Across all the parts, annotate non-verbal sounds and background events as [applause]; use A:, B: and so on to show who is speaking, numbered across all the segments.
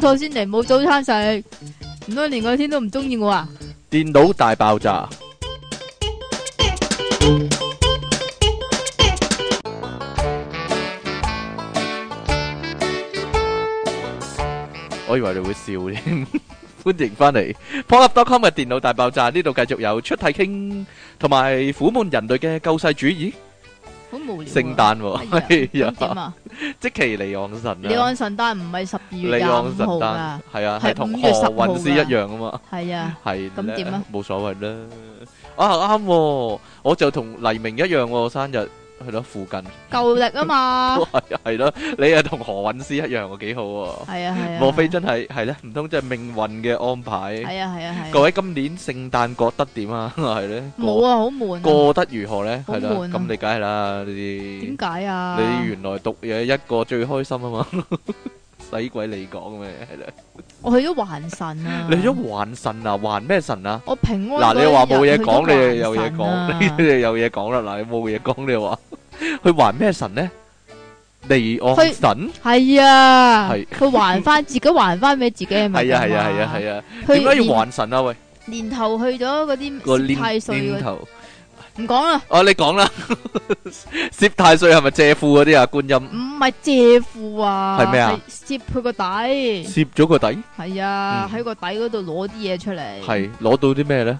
A: 晝先嚟冇早餐食，唔通連個天都唔中意我啊？
B: 電腦大爆炸。我以為你會笑添。 [laughs] 歡迎翻嚟 p o p c o m 嘅電腦大爆炸，呢度繼續有出體傾同埋苦悶人類嘅救世主義。
A: 好無聊啊。
B: 聖誕喎
A: 係啊，咁
B: [laughs] 哎呀
A: 點啊？
B: 即其尼昂神
A: 李
B: 啊，
A: 安神誕唔係十二
B: 尼
A: 月廿
B: 昂神
A: 五號
B: 丹
A: 噶，
B: 係啊，
A: 係
B: 係同
A: 5
B: 何
A: 月10號
B: 韻詩
A: 㗎
B: 一樣啊嘛。
A: 係啊，
B: 係
A: 咁
B: 咧，
A: 點啊
B: 冇所謂啦。啊啱喎，我就同黎明一樣喎，生日係咯，附近
A: 舊歷
B: [laughs]
A: 啊嘛，
B: 係咯，你啊同何韻詩一樣喎，幾好喎。
A: 係啊係啊。
B: 莫非真係係咧？唔通真係命運嘅安排？
A: 係啊係啊係啊。
B: 各位今年聖誕覺得點啊？ [laughs] 係咧，
A: 冇啊，好悶啊。
B: 過過得如何咧？係啦
A: 好，悶啊
B: 咁你梗係啦呢啲
A: 點。解啊？
B: 你原來讀嘢一個最開心啊嘛， [laughs] 使鬼你講咩？係啦，
A: 我去咗還神啊！
B: 你咗還神啊？還咩神啊？
A: 我平安嗰
B: 嗱，
A: 一日
B: 你話冇嘢
A: 去咗
B: 講，你
A: 還
B: 又有嘢
A: 神
B: 講，
A: 啊
B: 你 [laughs] 你又有嘢講啦。嗱，你冇嘢講，你話去還咩神呢？尼昂神
A: [laughs] 係啊，
B: 係
A: 佢還翻 [laughs] 自己還翻俾自己係咪？
B: 係啊係啊係啊係啊，
A: 啊
B: 點解要還神啊？喂，
A: 年頭去咗嗰啲
B: 個
A: 攝
B: 年
A: 太歲
B: 年
A: 嗰，
B: 頭，
A: 唔講啦，
B: 哦，你講 [laughs] 啦，攝太歲係咪借庫嗰啲啊？觀音
A: 唔係借庫啊，
B: 係咩啊？
A: 攝佢個底，係
B: 攝咗個底，
A: 啊，
B: 嗯
A: 喺個底嗰度攞啲嘢出嚟，
B: 係攞到啲咩呢？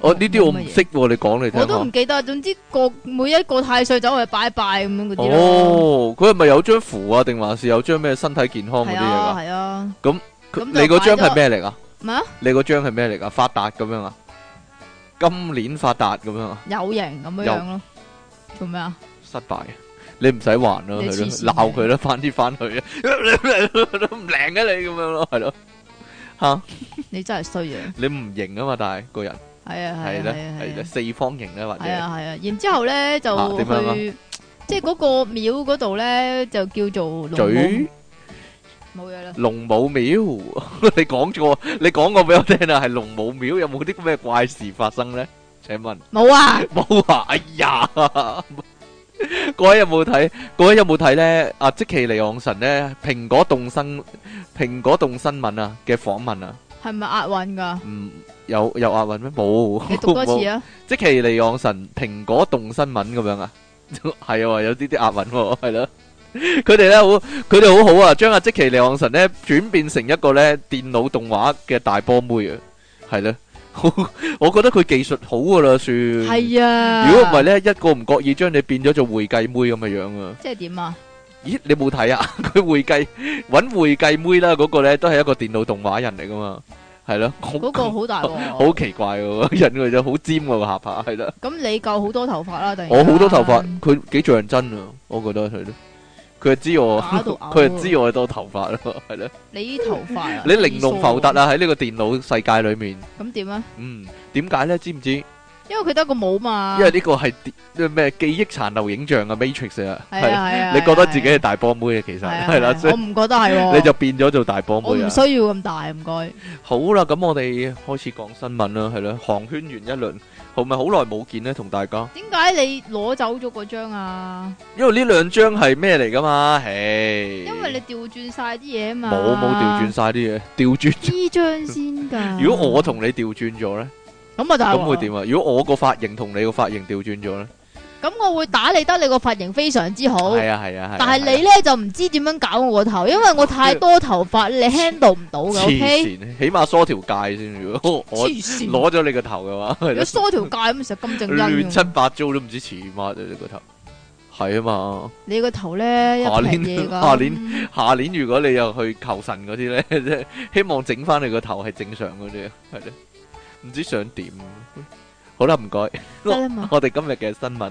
B: 哦，呢啲我唔識喎，你講嚟
A: 我都
B: 聽
A: 唔記得，總之個每一個太歲走去拜拜咁樣嗰
B: 下。
A: 啲咯，
B: 哦，佢係咪有張符啊？定還是有張咩身體健哦康嗰
A: 係
B: 啲嘢
A: 啊
B: 噶？
A: 係啊，
B: 佢
A: 咁
B: 你
A: 就
B: 嗰張
A: 擺咗
B: 係咩嚟噶？
A: 咩啊？
B: 你嗰張係咩嚟噶？發達咁樣啊？今年發達咁樣啊？
A: 有型咁樣樣咯，做咩啊？ [laughs]
B: 失敗，你唔使還咯，
A: 你
B: 係
A: 黐線
B: 咯，鬧佢啦，翻啲翻去啊， [laughs] 都唔靚嘅你咁樣咯，係咯，吓
A: 你真係衰啊！
B: 你唔型啊嘛，但係個人
A: 係啊
B: 係
A: 係啊係
B: 咧
A: 啊
B: 係
A: 係
B: 咧
A: 啊。
B: 四方形咧或者
A: 系啊係啊，然之后咧就
B: 啊點樣啊
A: 去，即係嗰個廟嗰度咧就叫做龍
B: 嘴
A: 母冇嘢啦，
B: 龍母廟， [laughs] 你講錯，你講過俾我聽啦，係龍母廟有冇啲咩怪事發生咧？請問？
A: 冇啊，
B: 冇啊！哎呀，各位有冇睇？各位有冇睇呢？阿即其尼昂神呢？蘋果動新蘋果動新聞啊嘅訪問啊，
A: 係咪押韻噶？
B: 唔有有押韻咩？冇，
A: 你讀多次
B: 冇！ [laughs]
A: 啊，
B: 即其尼昂神蘋果動新聞咁樣啊， [laughs] 係啊，有啲啲押韻喎，係咯。佢哋呢，好，佢哋好好啊，將阿即其尼昂神呢轉變成一個呢電腦動畫嘅大波妹啊，係咯， [laughs] 好，我覺得佢技術好噶啦，算
A: 係啊，
B: 如果唔係咧，一個唔覺意將你變咗做會計妹咁嘅樣啊！ [laughs]
A: 即係點啊？
B: 咦，你冇睇啊？佢會計揾會計妹啦，嗰個咧都係一個電腦動畫人嚟噶嘛，係咯，好
A: 嗰個好大
B: [laughs] 好
A: 鑊，
B: 奇怪喎，人佢就好尖個下巴，係啦，
A: 咁你夠好多頭髮啦，突然
B: 我好多頭
A: 間
B: 髮，佢幾像真啊，我覺得佢都，佢就知我，
A: 打到嘔啊
B: [laughs] 佢就知我多頭髮咯，係咯，
A: 你啲頭髮啊
B: 你玲瓏浮凸
A: 啊？
B: 啊喺呢個電腦世界裏面，
A: 咁點啊？
B: 嗯，點解咧？知唔知？
A: 因為佢得個帽嘛，
B: 因為呢個係啲咩記憶殘留影像啊，Matrix 啊，
A: 係啊係啊係啊，
B: 你覺得自己係大波妹嘅，其實
A: 係啊
B: 係啦，
A: 係啊
B: 所以
A: 我唔覺得係喎，
B: 你就變咗做大波
A: 我
B: 妹
A: 唔
B: 啊
A: 需。要咁大，唔該，
B: 好啦，咁我哋開始講新聞啦，係啦，行圈完一輪，好咪好耐冇見呢，同大家，
A: 點解你攞走咗嗰張啊？
B: 因為呢兩張係咩嚟噶嘛，唉，
A: 因為你調轉晒啲嘢啊嘛，
B: 冇冇調轉晒啲嘢，調轉。
A: 呢張先噶。
B: 如果我同你調轉咗呢，
A: 咁我就
B: 咁會？點啊？如果我個髮型同你個髮型調轉咗呢？
A: 咁我會打理得你個髮型非常之好，
B: 係啊係啊係啊。
A: 但係你
B: 呢？
A: 咧就唔知點樣搞我個頭，因為我太多頭髮，你 handle 唔到嘅。
B: 黐
A: OK，
B: 線，起碼梳條界先。如果我我
A: 黐線。
B: 攞咗你個頭嘅話，係
A: 如
B: 咯
A: 果梳條界咁，成金正
B: 亂
A: 恩
B: 七
A: 咁。
B: 八糟都唔知似乜啊！你個頭係啊嘛，
A: 你個頭咧一
B: 下年
A: 撇嘢噶。
B: 下年下年如果你又去求神嗰啲咧， [laughs] 即係希望整翻你個頭係正常嗰啲，係咯，唔知想點。好啦，唔該，
A: 得啦嘛，
B: 我哋今日嘅新聞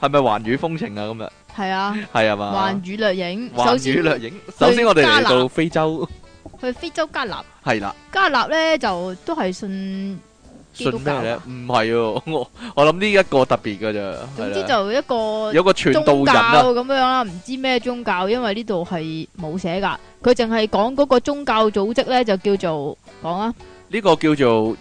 B: 係咪環宇風情啊？今日
A: 係啊，
B: 係啊嘛
A: 環，宇掠影。首
B: 環
A: 先
B: 宇掠影。首先我哋
A: 加
B: 嚟
A: 拿
B: 到非洲，
A: 去非洲加納，
B: 係啦，
A: 加納咧就都係信，基
B: 信
A: 督
B: 咩
A: 教
B: 咧
A: 啊？
B: 唔係喎，我我諗呢一個特別㗎咋，
A: 總之
B: 係啦，
A: 就一個。
B: 有個傳道
A: 宗
B: 人啊，
A: 教咁樣啦，唔知咩宗教，因為呢度係冇寫噶，佢淨係講嗰個宗教組織咧，就叫做講啊，
B: 呢個叫做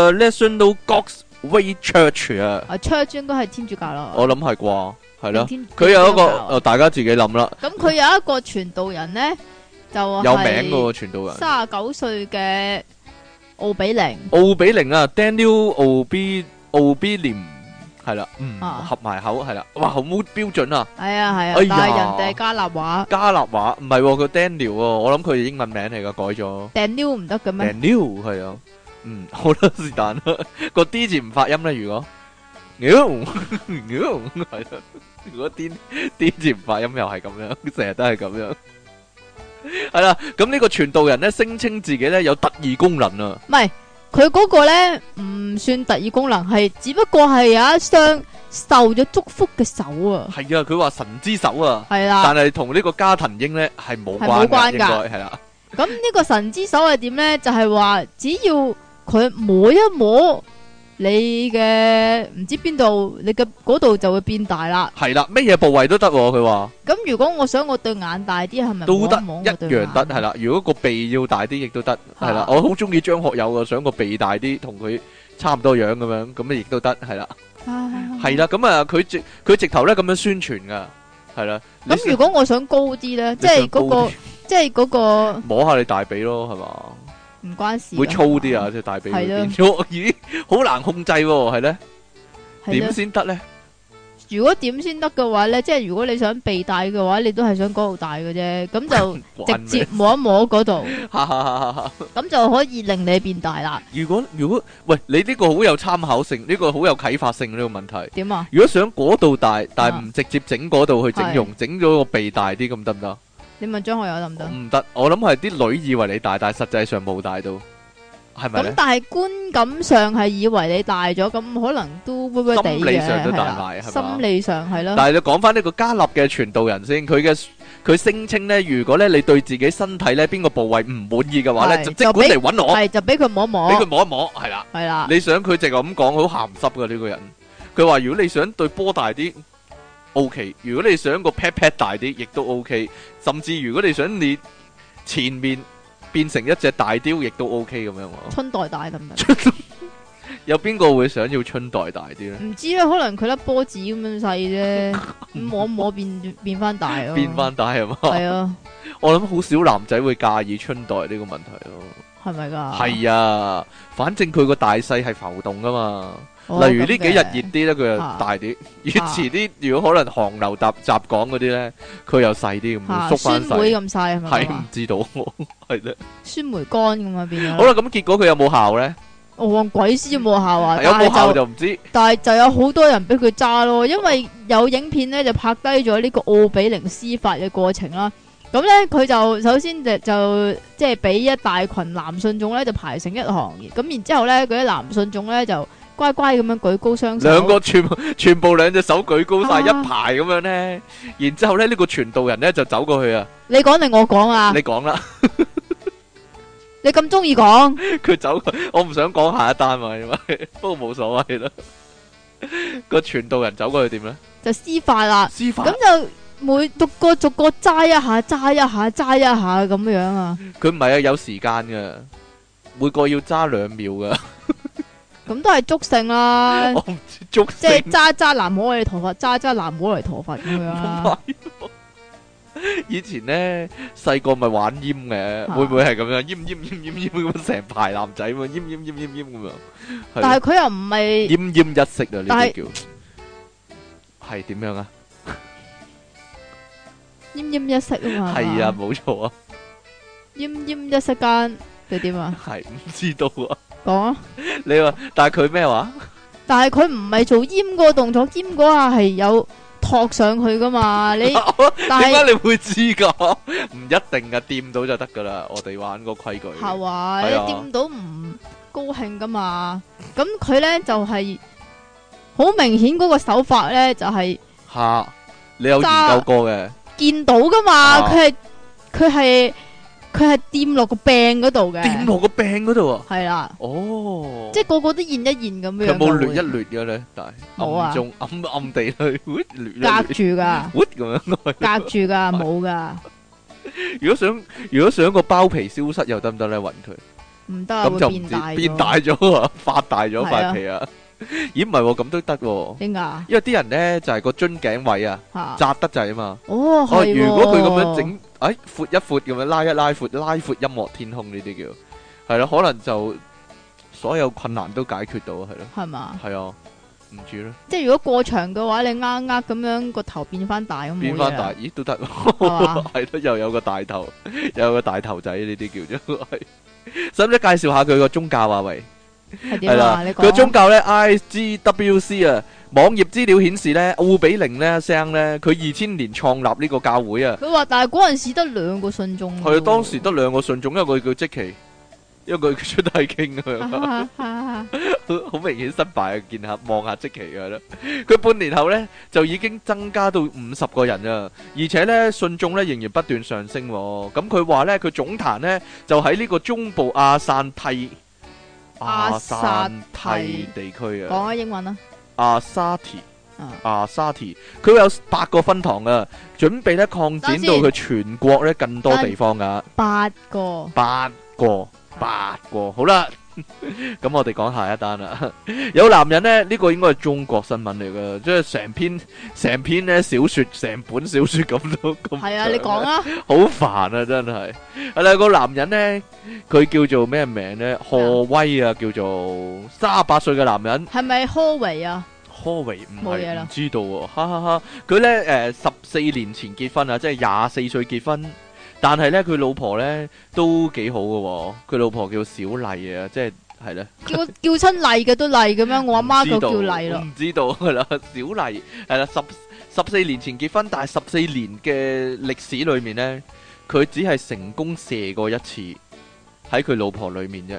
B: International God's Way Church 啊。
A: 啊 church 應該係天主教咯，
B: 我諗係啩，係咯。
A: 定天
B: 佢有一
A: 天主
B: 個哦
A: 教啊
B: 誒，大家自己諗啦。
A: 咁佢有一個傳道人咧，就
B: 有名噶喎，傳道人。
A: 哦三十九歲嘅奧比寧，
B: 奧比寧啊，Daniel 奧比奧比廉係啦，嗯，
A: 啊
B: 合埋口係啦，哇，好冇標準啊！
A: 係啊係啊
B: 哎呀，
A: 但係人哋加納話
B: 加納話唔係喎，佢 Daniel 喎，我諗佢英文名嚟噶，改咗
A: 掟妞唔得嘅咩？
B: Daniel 係啊， [laughs] 嗯，好啦，是但啦，個 D 字唔發音咧，如果妖 [laughs] 妖 [laughs] 係啦，如果 D D 字唔發音又係咁樣，成日都係咁樣。係啦，咁呢個傳道人咧，聲稱自己咧有特異功能啊，
A: 唔係佢嗰個咧唔算特異功能，係只不過係有一雙受咗祝福嘅手啊，
B: 係啊，佢話神之手啊。
A: 係啦。
B: 但係同呢個家藤英咧係冇
A: 係
B: 關
A: 冇
B: 㗎，
A: 關㗎
B: 應該係啦，
A: 咁呢個神之手係點咧？就係話只要佢摸一摸你嘅唔知邊度，你嘅嗰度就會變大啦。
B: 係啦，咩嘢部位都得喎，佢話
A: 咁如果我想我對眼大啲，係咪
B: 都得
A: 摸摸我對啊
B: 一樣得
A: 眼
B: 係啦。如果個鼻要大啲，亦都得
A: 嚇
B: 係啦。我好中意張學友啊，想個鼻大啲，同佢差唔多樣咁樣，咁亦都得係啦，
A: 啊
B: 係啦。咁啊，佢直佢直頭咧咁樣宣傳㗎，係啦。你
A: 咁如果我想高啲咧，
B: 你
A: 即係
B: 想高
A: 嗰個
B: 啲，
A: 即係嗰個
B: 摸下你大髀咯，係嘛？
A: 唔關事。
B: 會粗啲啊，，隻大髀會
A: 係咯
B: 變咗， [laughs] 咦，好難控制喎，係咧，
A: 係
B: 點
A: 咯。
B: 先得咧？
A: 如果點先得嘅話咧，即係如果你想鼻大嘅話，你都係想嗰度大嘅啫。
B: [laughs]
A: 咁就
B: 關
A: 直
B: 咩
A: 接摸一摸嗰度，
B: 哈哈哈哈哈。
A: 咁就可以令你變大啦。
B: 如果如果喂，你呢個好有參考性，呢、個好有啟發性呢、個問題。
A: 點啊？
B: 如果想嗰度大，但係
A: 啊
B: 唔直接整嗰度去整容，整咗個鼻大啲咁得唔得？
A: 你問張學友得唔得？
B: 唔得，我諗係啲女以為你大，但係實際上冇大到，係咪
A: 咁
B: 咧？
A: 但係觀感上係以為你大咗，咁可能都微微地嘅
B: 心理上都大
A: 係啦
B: 埋係嘛
A: 心理上係咯，
B: 但係你講翻呢個加納嘅傳道人先，佢嘅佢聲稱呢，如果咧你對自己身體呢邊個部位唔滿意嘅話呢，
A: 係
B: 就
A: 就
B: 即管
A: 俾
B: 嚟揾我，
A: 係就俾佢摸一
B: 俾佢
A: 摸，
B: 摸一摸，係啦。
A: 係啦，
B: 你想佢直咁講，好鹹濕噶呢個人。佢話如果你想對波大啲，OK；如果你想個 pat pat 大啲，亦都 OK。甚至如果你想你前面變成一隻大雕，亦都 OK 咁樣喎。
A: [laughs] 春代大得唔得？
B: 有邊個會想要春代大啲呢？
A: 唔知咧，可能佢粒波子咁樣細啫，咁摸一摸變變翻大咯，
B: [laughs] 變翻大係嘛？
A: 嗯係啊，
B: 我諗好少男仔會介意春代呢個問題咯。
A: 係咪㗎？
B: 係啊，反正佢個大細係浮動噶嘛。
A: 哦
B: 例如呢幾日熱
A: 咁嘅
B: 啲咧，佢又
A: 啊
B: 大啲；越遲啲，如果可能寒流搭雜港嗰啲咧，佢又細啲咁，
A: 嚇
B: 縮
A: 啊酸
B: 翻
A: 梅
B: 細。
A: 咁細係咪
B: 係
A: 咁
B: 唔
A: 啊？
B: 知道， [laughs] 係咧。
A: 酸梅乾咁啊變咗。
B: 好啦，咁結果佢有冇效咧？
A: 我望鬼知有冇效啊！
B: 有
A: 但
B: 冇效
A: 係就
B: 就唔知。
A: 但係就有好多人俾佢揸咯，因為有影片咧就拍低咗呢個奧比靈施法嘅過程啦。咁咧佢就首先就就即係俾一大群男信眾咧就排成一行，咁然之後咧嗰啲男信眾咧就乖乖咁樣舉高雙手，
B: 兩個全
A: [laughs]
B: 部全部兩隻手舉高
A: 啊
B: 晒一排咁樣咧，然之後咧呢個傳道人咧就走過去啊，
A: 你講定我講啊？
B: 你講啦， [laughs]
A: 你咁中意講，
B: 佢走，我唔想講下一單嘛，因為 [laughs] 不過冇所謂啦。 [laughs] 個傳道人走過去點咧？
A: 就施法啦。
B: 司法
A: 啊咁就每逐個逐個揸一下，揸一下，揸一下咁樣啊。
B: 佢唔係啊，有時間噶，每個要揸兩秒噶，
A: 咁都係足性啦，
B: 我唔知足
A: 即係
B: 成
A: 揸揸南無阿彌陀佛，揸揸南無阿彌陀佛咁樣
B: [laughs]
A: 啊。
B: 以前咧細個咪玩閹嘅，
A: 啊
B: 會唔會係咁樣閹閹閹閹閹咁成排男仔咁樣閹閹閹閹閹咁樣？
A: 但
B: 係
A: 係佢又唔係
B: 閹閹一色啊！呢
A: 但
B: 啲
A: 係
B: 叫係點樣啊？
A: 奄奄一息啊嘛，
B: 係啊，，冇錯啊，
A: 奄奄一息間你點啊？
B: 係唔知道啊！
A: 講啊！
B: 你話，但係佢咩話？
A: 但係佢唔係做奄嗰個動作，奄嗰下係有托上去噶嘛？
B: [laughs]
A: 你但
B: 點解
A: 係
B: 你會知噶？唔一定噶，掂到就得噶啦。我哋玩個規矩。
A: 係話你
B: 係啊
A: 掂到唔高興噶嘛？咁佢咧就係好明顯嗰個手法咧，就係
B: 吓，你有研究
A: 揸
B: 過嘅？
A: 見到噶
B: 啊
A: 嘛？佢係佢係佢係掂落個柄嗰度嘅，
B: 掂落個柄嗰度啊！
A: 係啦，
B: 哦，
A: 即係個個都現一現咁樣
B: 佢
A: 㗎
B: 冇
A: 會，
B: 掠一掠嘅咧，但係
A: 冇啊
B: 暗中暗暗地去，喂掠一
A: 隔
B: 掠，
A: 住
B: [laughs]
A: 噶。
B: 喂咁樣。
A: 隔住噶，冇噶，
B: 如果想如果想個包皮消失又得唔得咧？揾佢
A: 唔得啊，
B: 咁
A: 會
B: 就唔
A: 變
B: 知
A: 大，
B: 變大，咗啊，發大咗
A: 係
B: 塊
A: 啊
B: 皮啊！咦，唔係喎，咁都得喎，
A: 點噶
B: 因為啲人咧就係個樽頸位啊，
A: 吓？
B: 窄得滯啊嘛。
A: 哦，
B: 哦，
A: 係喎
B: 如果佢咁樣，整哎闊一闊咁樣拉一拉闊，拉闊音樂天空呢啲叫係咯，可能就所有困難都解決到係咯，
A: 係嘛？
B: 係啊，唔知啦，
A: 即係如果過長嘅話，你呃呃咁樣個頭變翻大咁冇嘢啊
B: 變
A: 啦，
B: 翻大，咦都得喎，
A: 係嘛
B: [laughs] 係咯，又有個大頭，又有個大頭仔呢啲叫做係，使唔使介紹下佢個宗教啊？喂？
A: 係
B: 係
A: 點
B: 啦
A: 啊？你
B: 佢
A: 講
B: 宗教咧 IGWC 啊，網頁資料顯示咧，奧比靈咧聲咧，佢二千年創立呢個教
A: [laughs]
B: 會啊，
A: 佢話，但係嗰陣時得兩個信眾
B: 佢
A: 喎，
B: 啊當時得兩個信眾，一個叫即奇，一個叫出太經咁樣， [laughs] 好好明顯失敗啊！見下望下即奇嘅啦，佢半年後咧就已經增加到五十個人啊，而且咧信眾咧仍然不斷上升喎。咁佢話咧佢總壇咧就喺呢個中部亞散替
A: 亞
B: 亞
A: 薩
B: 散替地
A: [laughs]
B: 區
A: 講
B: 啊，
A: 下英文啦，
B: 亞沙提。
A: 啊
B: 阿沙提，佢有八個分堂啊，準備咧擴展到佢全國咧更多地方啊噶，
A: 八個
B: 八個，八個，好啦， [laughs] 咁我哋講下一單啦。 [laughs] 有男人咧，呢、個應該係中國新聞嚟噶，即係成篇成篇咧小說，成本小說咁都咁。
A: 係啊，你講啦，
B: 好煩啊，真係。係啦，個男人呢，佢叫做咩名呢？何威啊，叫做三十八歲嘅男人。
A: 係咪 h o w a y 啊？
B: 科維唔
A: 冇
B: 係
A: 嘢啦
B: 唔知道喎，哈哈哈！佢咧誒十四年前結婚啊，即係廿四歲結婚，但係咧佢老婆咧都幾好嘅喎、佢老婆叫小麗啊，即係係咧。
A: 叫叫親麗嘅都麗咁樣，我阿媽
B: 唔知
A: 就
B: 道
A: 叫麗咯。
B: 唔知道係啦，小麗係啦，十十四年前結婚，但係十四年嘅歷史裏面呢，佢只係成功射過一次喺佢老婆裏面啫。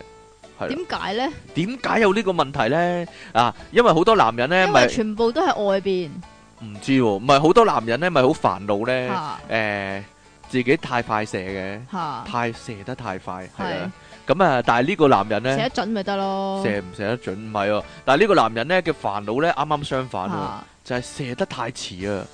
B: 係啊啦，
A: 點解咧？
B: 點解有呢個問題呢？啊，因為好多男人呢，
A: 因為
B: 咪。
A: 全部都係外邊
B: 唔知喎，唔係好多男人咧，咪好煩惱咧，誒、
A: 嚇
B: 自己太快射嘅，
A: 嚇，
B: 太射得太快，係
A: 係
B: 啊，咁啊，但係呢個男人
A: 寫得
B: 咧
A: 準咪得咯。
B: 射唔射得準唔係喎，但係呢個男人咧嘅煩惱咧啱啱相反喎，
A: 嚇
B: 就係射得太遲啊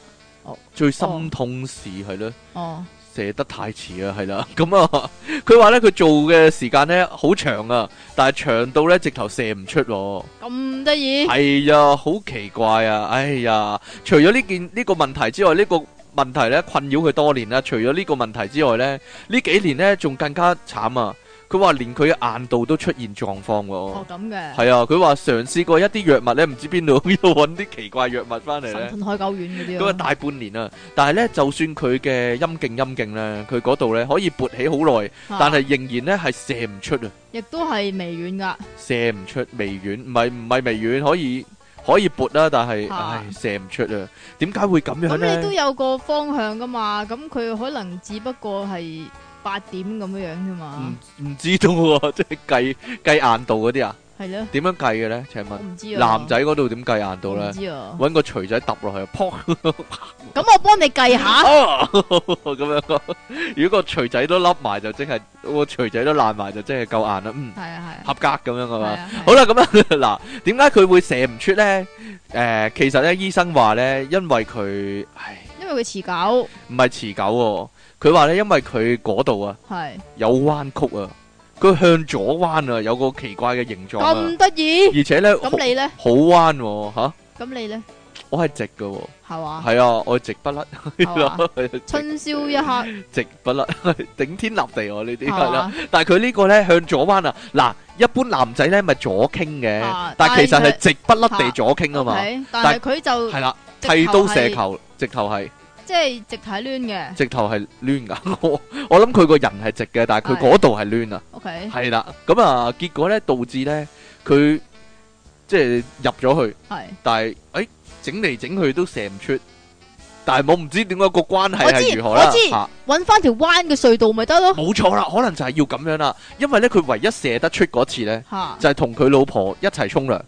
A: 哦，
B: 最心痛事係咯。
A: 哦，
B: 射得太遲啊，係啦， [laughs] 咁啊，佢話咧佢做嘅時間咧好長啊，但係長到咧直頭射唔出喎、
A: 咁得 [laughs] 意
B: 系哎呀，好奇怪啊！哎呀，除咗呢件呢、個問題之外，呢、個問題咧困擾佢多年啦。除咗呢個問題之外咧，呢幾年咧仲更加慘啊！佢話連佢嘅硬度都出現狀況喎
A: 哦。咁嘅。
B: 係啊，佢話嘗試過一啲藥物咧，唔知邊度 [laughs] 要揾啲奇怪藥物翻嚟
A: 神
B: 咧。
A: 盾海狗丸嗰啲啊
B: 嗰個
A: 咯，
B: 大半年啊，但係咧，就算佢嘅陰莖陰莖咧，佢嗰度咧可以勃起好耐，
A: 嚇
B: 但係仍然咧係射唔出啊。
A: 亦都係微軟噶，
B: 射唔出微軟，唔係唔係微軟，可以可以撥啦，但係
A: 啊
B: 唉射唔出啊！點解會咁樣
A: 咁你都
B: 呢？
A: 有個方向噶嘛，咁佢可能只不過係八點咁樣樣啫嘛，
B: 唔唔知道喎， [laughs] 即係計計硬度嗰啲啊？
A: 係咯，
B: 點樣計嘅呢？請
A: 我
B: 問
A: 唔知啊，
B: 男仔嗰度點計硬度
A: 我唔
B: 呢？
A: 知啊，
B: 揾個錘仔揼落去，
A: [laughs]
B: 砰！
A: 咁我幫你計下，
B: 啊 [laughs] 咁樣，如果個錘仔都笠埋，就即係個錘仔都爛埋，就即係夠硬啦。嗯，
A: 係啊係啊，
B: 合格咁樣啊嘛
A: 係。啊，
B: 好啦，咁啊， [laughs] 嗱，點解佢會射唔出呢？誒、其實呢，醫生話呢，因為佢，唉。
A: 因為佢持久
B: 唔係持久喎、佢話咧，因為佢嗰度啊
A: 係
B: 有彎曲啊，佢向左彎啊，有個奇怪嘅形狀啊
A: 咁，得意，
B: 而且咧好
A: 咁你咧，
B: 好彎喎、吓，
A: 咁你咧
B: 我係直嘅喎、
A: 係嘛，
B: 係啊，我直不甩， [laughs]
A: 係嘛，
B: 直
A: 春宵一刻
B: 直不甩， [laughs] 頂天立地喎呢啲係
A: 係
B: 啦
A: 嘛。
B: 但係佢呢個咧向左彎啊，嗱，一般男仔咧咪左傾嘅，
A: 啊
B: 但係其實
A: 但係
B: 係直不甩地
A: 啊
B: 左傾啊嘛，
A: ，OK，但係佢就
B: 係啦，
A: 直頭
B: 剃刀
A: 係
B: 射球，直頭係。
A: 即係直體攣嘅
B: 直頭係攣噶， [laughs] 我我諗佢個人係直嘅，但係佢嗰度係攣啊，
A: ，OK，
B: 係啦，咁啊，結果咧導致咧佢即係入咗去，
A: 係，
B: 但係誒整嚟整去都射唔出，但係我唔知點解個關係
A: 我知
B: 係如何啦
A: 我知
B: 嚇，
A: 揾翻條彎嘅隧道咪得咯，
B: 冇錯啦，可能就係要咁樣啦，因為咧佢唯一射得出嗰次咧
A: 嚇，
B: 就係同佢老婆一齊沖涼，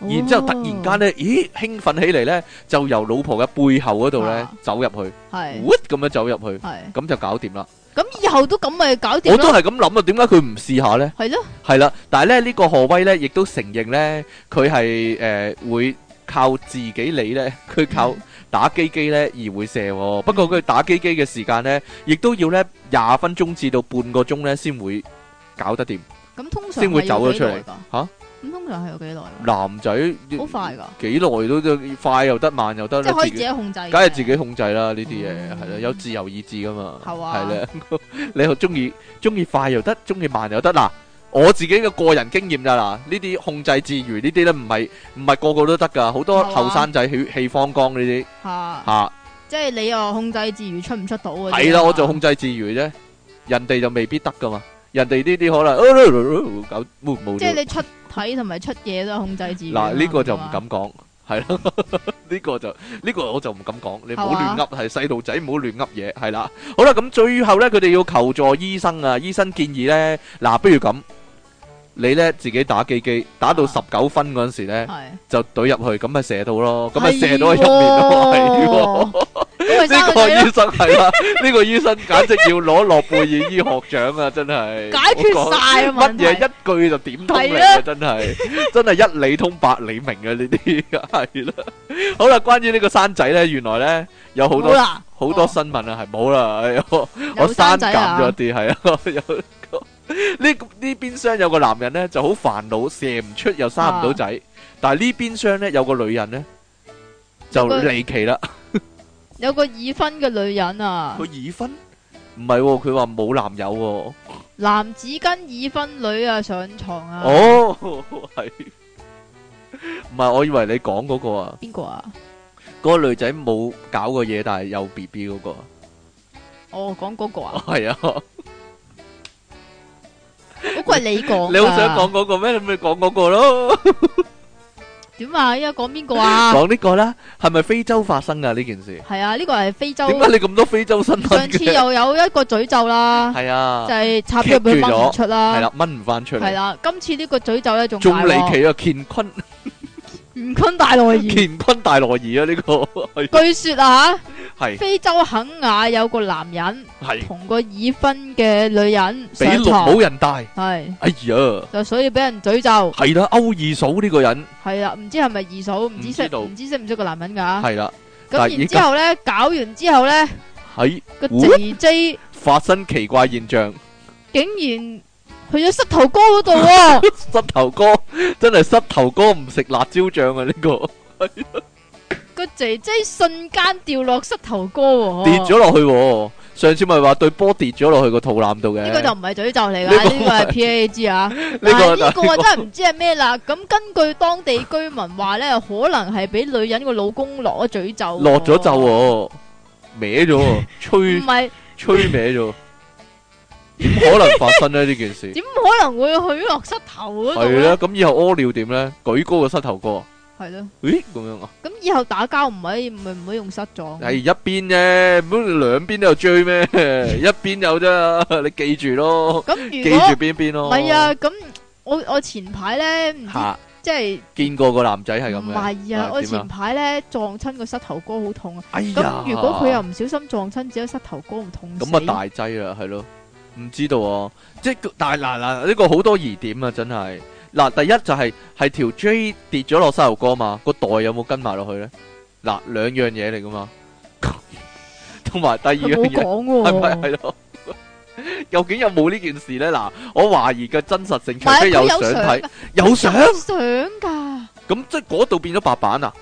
B: 然之後突然間咧，咦興奮起嚟咧，就由老婆嘅背後嗰度咧
A: 啊
B: 走入去，
A: 係
B: 屈咁樣走入去，
A: 係。
B: 咁就搞掂啦。
A: 咁以後都咁咪搞掂
B: 我都
A: 咯，
B: 係咁諗啊，點解佢唔試下呢？
A: 係咯，
B: 係啦，但係咧呢個何威呢，亦都承認呢，佢係誒會靠自己理呢， [laughs] 佢靠
A: 嗯
B: 打機機呢而會射、喎。不過佢打機機嘅時間呢，亦都要呢廿分鐘至到半個鐘呢先會搞得掂。
A: 咁通常
B: 先會
A: 係要
B: 走咗
A: 幾
B: 出
A: 耐
B: 嚟
A: 㗎
B: 嚇
A: 咁通常係有幾耐㗎？
B: 男仔
A: 好快㗎，
B: 幾耐都都快又得，慢又得
A: 即係
B: 啦，
A: 可以
B: 自
A: 自
B: 己
A: 己控制嘅。
B: 梗係自己控制啦，呢啲嘢
A: 哎嗯
B: 係啦，有自由意志噶嘛，
A: 係啊
B: 係啦， [laughs] 你又中意中意快又得，中意慢又得嗱。我自己嘅個人經驗咋嗱，呢啲控制自如呢啲咧，唔係唔係個個都得噶，好多
A: 係嘛啊
B: 後生仔血氣方剛呢啲
A: 嚇，
B: 嚇，
A: 即係你又控制自如出唔出到啊嘅。
B: 係啦，我就控制自如啫，人哋就未必得噶嘛，人哋呢啲可能呃搞呃冇冇
A: 即係你出體同埋出嘢都係控制自如㗎嘛。
B: 嗱，呢個就唔
A: 係嘛。
B: 敢講，係咯， [laughs] 呢個就呢個我就唔敢講，你唔好
A: 係嘛
B: 亂噏，係細路仔唔好亂噏嘢，係啦。好啦，咁最後呢，佢哋要求助醫生啊，醫生建議呢，嗱，不如咁，你呢自己打機機，打到
A: 啊
B: 十九分嗰陣時呢，
A: 係。
B: 就懟入去，咁咪射到咯，咁咪啊
A: 係
B: 射到喺入面咯， [laughs] 哎係喎。
A: 喎。因為
B: 呢
A: 生
B: 個
A: 個仔啊
B: 醫
A: 咯，
B: 生係啦，呢個醫生簡直要攞諾貝爾醫學獎啊！真係
A: 解
B: 我
A: 決
B: 講
A: 晒啊
B: 乜
A: 問題。
B: 嘢一句就點通你
A: 係
B: 啊！
A: 啊
B: 真係真係一理通百理明啊！呢啲係啦，好啦，關於呢個山仔咧，原來咧有好
A: 冇
B: 多
A: 啦
B: 好多
A: 哦
B: 新聞啊，係冇啦，哎呀我我
A: 有
B: 刪
A: 生仔
B: 減
A: 啊
B: 咗啲係啊， [laughs] 有呢呢邊廂有個男人咧就好煩惱，射唔出又生唔
A: 啊
B: 到仔，但係呢邊廂咧有個女人咧就
A: 有個
B: 離奇啦，
A: 有個已婚嘅女人啊，
B: 佢已婚。唔係喎，佢話冇男友喎、
A: 男子跟已婚女啊上床啊。
B: 哦，係，唔係我以為你講嗰個啊，
A: 邊個啊？
B: 嗰個女仔冇搞過嘢，但係有 B B 嗰個，
A: 哦，講嗰個啊，
B: 係啊，
A: 嗰個係你講。
B: [laughs] 你好想講？嗰個咩？你咪講嗰個咯，
A: 點啊？依家講邊個啊？
B: 講呢個啦，係咪非洲發生噶呢件事？
A: 係啊，呢個係非洲。
B: 點解你咁多非洲新
A: 上
B: 聞
A: 次
B: 嘅？
A: 又有一個詛咒啦，
B: 係啊
A: 就，係插咗入去掹唔出啦。
B: 係啦，掹唔翻出
A: 係
B: 嚟，
A: 啦，今次呢個詛咒咧仲
B: 仲
A: 大
B: 離
A: 喎，
B: 奇啊！乾坤，
A: 乾坤大挪移。
B: 乾坤大挪移啊！呢個
A: [laughs]
B: 係
A: 據說啊，
B: 係
A: 非洲肯雅有個男人
B: 係
A: 同個已婚嘅女人
B: 比
A: 上
B: 綠
A: 床，
B: 帽人大，
A: 係
B: 哎呀，
A: 就所以俾人詛咒，
B: 係啦，歐二嫂呢個人
A: 係啦，唔知係咪二嫂，唔知
B: 唔知
A: 識
B: 道
A: 唔知識唔識個男人噶，
B: 係啦，但係
A: 咁
B: 而
A: 然
B: 家
A: 之後咧，搞完之後咧，
B: 喺
A: 個 J
B: 會
A: J
B: 發生奇怪現象。
A: 竟然去咗膝頭哥嗰度喎，
B: 膝頭哥 [laughs] 真係膝頭哥唔食辣椒醬啊！呢、個
A: 個 J J 瞬間掉落膝頭哥喎，
B: 跌咗落去、喎。上次咪話對波跌咗落去個肚腩度嘅。
A: 呢個就唔係詛咒嚟
B: 呢
A: 噶，
B: 個
A: 呢個係 P A G 啊。
B: 呢個
A: 但係呢個我真係唔知係咩啦。咁根據當地居民話咧，可能係俾女人個老公落咗詛咒喎，
B: 落咗咒、喎，歪
A: [laughs]
B: 咗喎，吹
A: 唔係
B: 吹歪咗，點可能發生呢？呢
A: [laughs]
B: 件事
A: 點可能會去落膝頭嗰度
B: 係啦，
A: 咧？
B: 咁以後屙尿點呢？舉高個膝頭哥，
A: 係咯，
B: 咦咁樣啊？
A: 咁以後打交唔可以唔係唔可以用膝撞。
B: 係一邊啫，唔好兩邊都有追咩？ [laughs] 一邊有啫，你記住咯，
A: 咁
B: 記
A: 如
B: 住
A: 果
B: 邊邊
A: 唔
B: 咯。
A: 係啊，咁我我前排咧唔知
B: 嚇，
A: 即係
B: 見過個男仔係咁
A: 唔
B: 嘅。
A: 係啊，我
B: 點啊
A: 前排咧撞親個膝頭哥好痛啊。
B: 哎呀，
A: 咁如果佢又唔小心撞親，只有膝頭哥唔痛死。
B: 咁啊大劑啦，係咯，唔知道啊，即係但係嗱嗱呢個好多疑點啊，真係嗱，第一就係係條 J 跌咗落膝頭哥嘛，個袋有冇跟埋落去咧？嗱，兩樣嘢嚟噶嘛， [laughs] 同埋第二
A: 佢
B: 樣
A: 冇
B: 嘢
A: 講
B: 係咪
A: 喎。
B: 係咯？ [laughs] 究竟有冇呢件事咧？嗱，我懷疑嘅真實性，
A: 唔
B: 除
A: 係
B: 非有
A: 佢
B: 相
A: 有相
B: 睇
A: 㗎，
B: 有相，
A: 想㗎。
B: 咁即係嗰度變咗白板啊！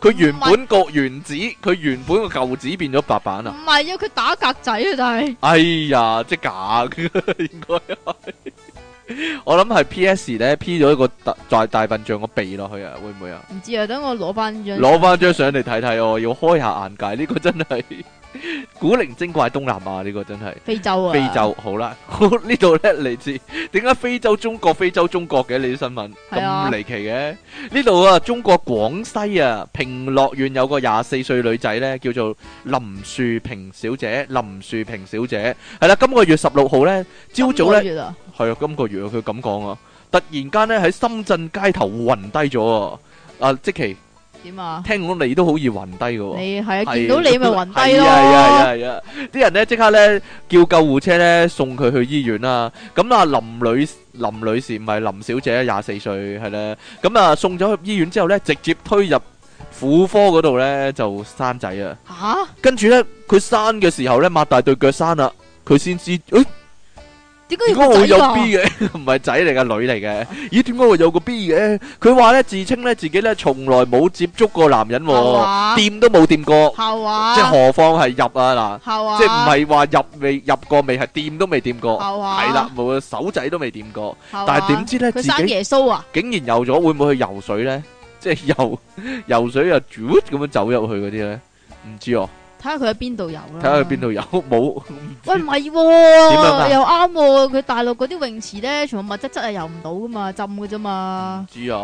B: 佢原
A: 唔係
B: 本個原子，佢原本個舊紙變咗白板啊！
A: 唔係啊，佢打格仔啊，但係
B: 哎呀，即係假嘅，應該係。我諗係 P.S. 咧 P 咗一個大大大笨象個鼻落去啊，會唔會啊？
A: 唔知啊，等我攞翻張
B: 攞翻張相嚟睇睇，我要開下眼界。呢、個真係古靈精怪東南亞，呢、個真係
A: 非洲啊，
B: 非洲好啦。 [laughs] 好呢度咧嚟自點解非洲中國非洲中國嘅呢啲新聞
A: 係
B: 咁
A: 啊
B: 離奇嘅？呢度啊，中國廣西啊平樂縣有個廿四歲女仔咧，叫做林樹平小姐。林樹平小姐係啦，今個月十六號咧，朝早咧。
A: 咧啊，
B: 係啊，今個月啊，佢咁講啊，突然間咧喺深圳街頭暈低咗啊！啊，即奇，
A: 點啊？
B: 聽講你都好易暈低嘅喎。
A: 你係
B: 係
A: 啊，見到你咪暈低
B: 係啊
A: 咯，
B: 係啊係啊！啲人咧即刻咧叫救護車咧送佢去醫院啦。咁啊，林女林女士唔係林小姐，廿四歲係啦。咁啊，送咗去醫院之後咧，直接推入婦科嗰度咧就生仔啊！
A: 吓
B: 跟住咧，佢生嘅時候咧，擘大對腳生啦，佢先知，誒、
A: 点解
B: 點
A: 要個
B: 解
A: 仔
B: 會有
A: 㗎
B: B 嘅？唔 [laughs] 係仔嚟嘅，女嚟嘅。咦？點解會有個 B 嘅？佢話咧，自稱咧自己咧從來冇接觸過男人喎，
A: 係嘛
B: 掂都冇掂過，
A: 係話
B: 即係何況係入啊啊
A: 係
B: 嗱，
A: 話
B: 即係唔係話入未入過未，係掂都未掂過，
A: 係話
B: 係啦，冇手仔都未掂過，
A: 係
B: 但係
A: 話
B: 點知咧
A: 佢
B: 自
A: 生
B: 己
A: 耶穌啊？
B: 竟然游咗，會唔會去游水咧？即係游游水又咁樣走入去嗰啲咧？唔知哦，
A: 睇下佢喺邊度游啦。
B: 睇下去邊度游冇。
A: 喂，唔係
B: 樣啊
A: 喎，又啱喎。佢大陸嗰啲泳池咧，全部密質質係游唔到噶嘛，浸嘅啫嘛，
B: 知啊，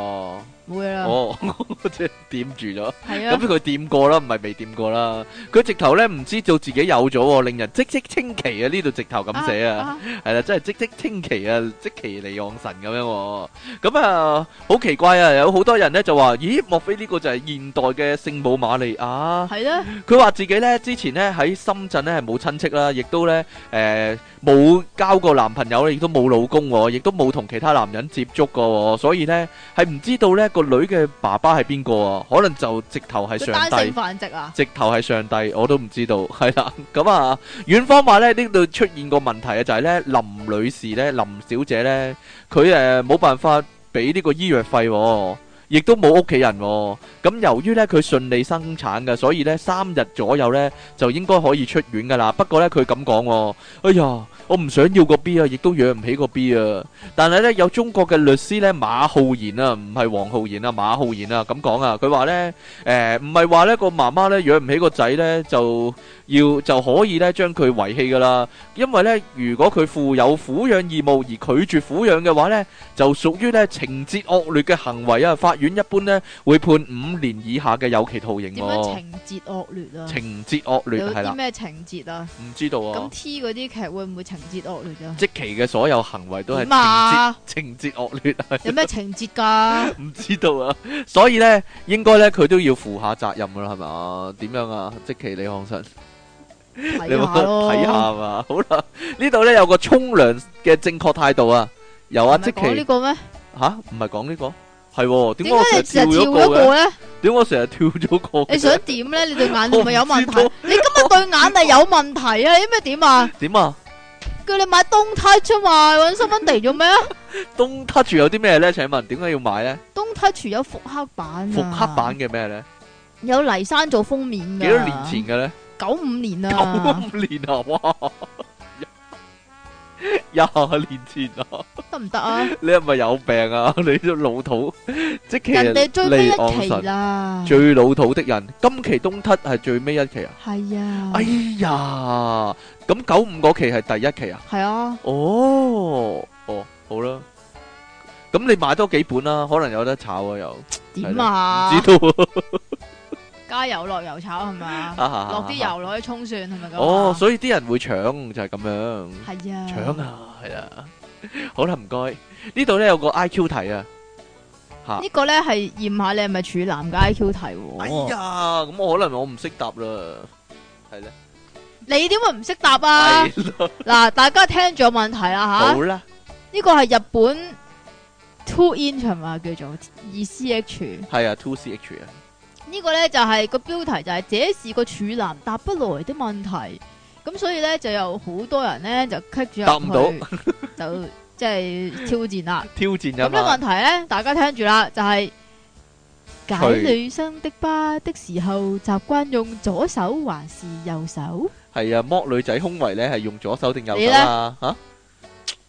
A: 冇嘢啦。
B: 哦， [laughs] 即係掂住咗。
A: 係
B: 咁
A: 啊，
B: 佢掂過啦，唔係未掂過啦。佢直頭咧唔知道自己有咗喎，令人嘖嘖稱奇啊！呢度直頭咁寫啊，
A: 啊，
B: 係啦，真係嘖嘖稱奇啊，即奇離岸神咁樣喎。咁啊，好奇怪啊！有好多人咧就話：咦，莫非呢個就係現代嘅聖母瑪利亞？
A: 啊係咧，
B: 佢話自己咧之前咧喺深圳咧係冇親戚啦，亦都咧誒冇交過男朋友，亦都冇老公喎，亦都冇同其他男人接觸過喎，所以咧係唔知道咧個女嘅爸爸係邊個啊？可能就直頭係
A: 佢單
B: 上帝
A: 性。繁殖啊，
B: 直頭係上帝，我都唔知道，係啦。 [laughs] 咁啊，遠方話咧呢度出現個問題啊，就係咧林女士咧，林小姐咧，佢誒冇辦法俾呢個醫藥費喎，亦都冇屋企人喎。咁由於咧佢順利生產嘅，所以咧三日左右咧就應該可以出院噶啦。不過咧佢咁講喎，哎呀，我唔想要個 B 啊，亦都養唔起個 B 啊。但係咧有中國嘅律師咧馬浩然啊，唔係黃浩然啊，馬浩然啊咁講啊，佢話咧。誒唔係話呢個媽媽呢養唔起個仔呢，就要就可以呢將佢遺棄噶啦，因為呢，如果佢負有撫養義務而拒絕撫養嘅話呢，就屬於呢情節惡劣嘅行為啊！法院一般呢會判五年以下嘅有期徒刑
A: 點樣
B: 喎。
A: 情節惡劣啊？
B: 哦情節惡劣
A: 有
B: 係
A: 啲
B: 啦，
A: 咩情節啊？
B: 唔知道
A: 咁
B: 啊！
A: T 嗰啲劇會唔會情節惡劣啊？
B: 即期嘅所有行為都係
A: 點啊
B: 情節情節惡劣啊！
A: 有咩情節
B: [laughs]
A: 㗎？
B: 唔知道啊，所以咧，應該咧佢都要負下責任噶啦，係咪啊？點樣啊？即其李漢臣，
A: 睇
B: 你有冇
A: 下咯，
B: 睇下啊嘛？ [laughs] 好啦，呢度咧有個沖涼嘅正確態度啊，由阿
A: 唔係
B: 即
A: 講呢
B: 其
A: 個咩？
B: 吓，唔係講呢個，係喎點解
A: 點
B: 我
A: 解你
B: 成
A: 成
B: 日
A: 日
B: 跳
A: 跳
B: 咗個
A: 咗
B: 嘅？
A: 個咧？
B: 點解我成日跳咗個嘅？
A: 你想點咧？你對眼係咪有問題
B: [laughs] 我唔知道？
A: 你今日對眼係有問題啊！你咩點啊？
B: 點啊？
A: 叫你買東 touch 啊嘛，揾新芬地做咩啊？
B: 東 touch 有啲咩咧？請問點解要買咧？
A: [laughs] 東 touch 有復刻版啊，
B: 復刻版嘅咩咧？
A: 有黎山做封面嘅，
B: 幾多年前？嘅咧？
A: 九五年
B: 九
A: 啊，
B: 五年啊！哇！廿年前啊！
A: 得唔得啊？
B: 你係咪有病啊？ [laughs] 你都老土，即 [laughs] 其
A: 人哋最尾
B: 離岸
A: 一期
B: 神
A: 啦，
B: 最老土的人，今期東咳係最尾一期啊！
A: 係啊
B: 哎，呀，咁九五嗰期係第一期啊？
A: 係啊，
B: 哦，哦，好啦，咁你買多幾本啦，可能有得炒啊又，
A: 點
B: 唔
A: 啊？
B: 知道
A: 加油落油炒係咪啊？
B: 啊，
A: 落啲油落去沖蒜係咪咁啊？
B: 哦，所以啲人會搶就係咁樣。
A: 係啊，
B: 搶！啊，係啦，好啦，唔該，呢度咧有個 I Q 題啊，吓、
A: 呢個咧係驗下你係咪處男嘅 I Q 題
B: 哎
A: 喎？
B: 呀，咁我可能我唔識答啦，係咧，
A: 你點會唔識答啊？
B: 係咯
A: 嗱，大家聽住個問題啦吓
B: 哎好。啦，
A: 呢個係日本 two inch 係嘛叫做二 C H。
B: 係啊，two C H 啊，
A: 呢個呢，就係、個標題就係、這是個處男答不來的問題。咁所以呢，就有好多人呢，就 click
B: 答
A: 咗
B: 唔
A: 入去， [laughs] 就即係挑戰啦。
B: 挑戰
A: 咁
B: 啊
A: 呢個
B: 嘛
A: 問，題呢，大家聽住啦，就係、解
B: 除
A: 女生的疤的時候，習慣用左手還是右手？
B: 係啊，剝女仔胸圍咧係用左手定右
A: 你
B: 手
A: 呢
B: 啊？吓、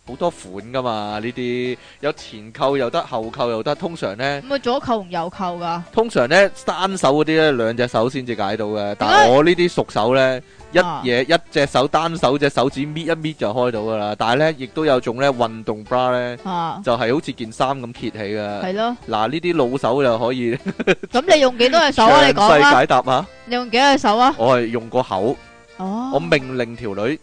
B: 好多款噶嘛，呢啲有前扣又得，後扣又得，通常咧。
A: 咁啊，左扣同右扣噶，
B: 通常咧單手嗰啲咧兩隻手先至解到嘅，但
A: 點
B: 係
A: 解
B: 我呢啲熟手咧一
A: 啊
B: 嘢一隻手單手隻手指搣一搣就開到噶啦，但係咧亦都有種咧運動 bra 咧
A: [laughs] 啊，
B: 就係好似件衫咁揭起嘅，
A: 係咯。
B: 嗱呢啲老手就可以
A: 咁你用幾多隻手啊？你
B: 詳
A: 講
B: 細
A: 啦，
B: 解答吓，
A: 你用幾多隻手啊？
B: 我係用個口，
A: 哦，
B: 我命令條女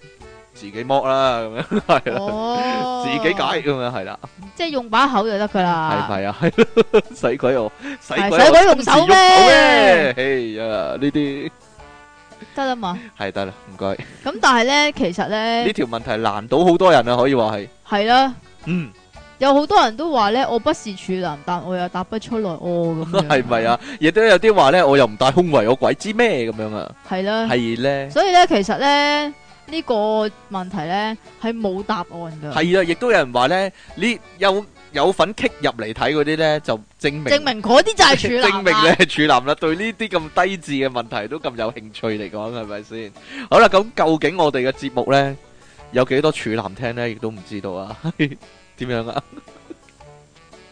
B: 自己剝啦咁樣，係啦，
A: 哦，
B: 自己解咁樣係啦，
A: 即係用把口就得噶
B: 係
A: 啦。
B: [laughs] 咪啊？係咯使鬼我使
A: 係
B: 鬼
A: 使
B: 我
A: 鬼用
B: 親自
A: 手咩
B: 喐手咩？哎呀呢啲
A: 得啦嘛。
B: 係得啦，唔該。
A: 咁但係咧，其實
B: 呢
A: 咧
B: 條問題難到好多人啊，可以話係，
A: 係啦，
B: 嗯，
A: 有好多人都話咧，我不是處男，但我又答不出來哦
B: [laughs]
A: 咁樣。
B: 係咪？啊？亦都有啲話咧，我又唔戴胸圍，我鬼知咩咁樣啊？
A: 係啦，
B: 係咧，
A: 所以咧，其實咧，呢個問題咧係冇答案噶，
B: 係啊，亦都有人話咧，呢有有份 kick 入嚟睇嗰啲咧，就證明
A: 證明嗰啲就係處男啊
B: 證明
A: 啦
B: 你係處男啦，對呢啲咁低智嘅問題都咁有興趣嚟講，係咪先？好啦，咁究竟我哋嘅節目呢，有幾多處男聽呢？亦都唔知道啊， [laughs] 點樣啊？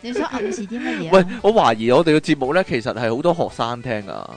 A: 你想暗示啲乜嘢
B: 喂
A: 啊？，
B: 我懷疑我哋嘅節目呢，其實係好多學生聽噶，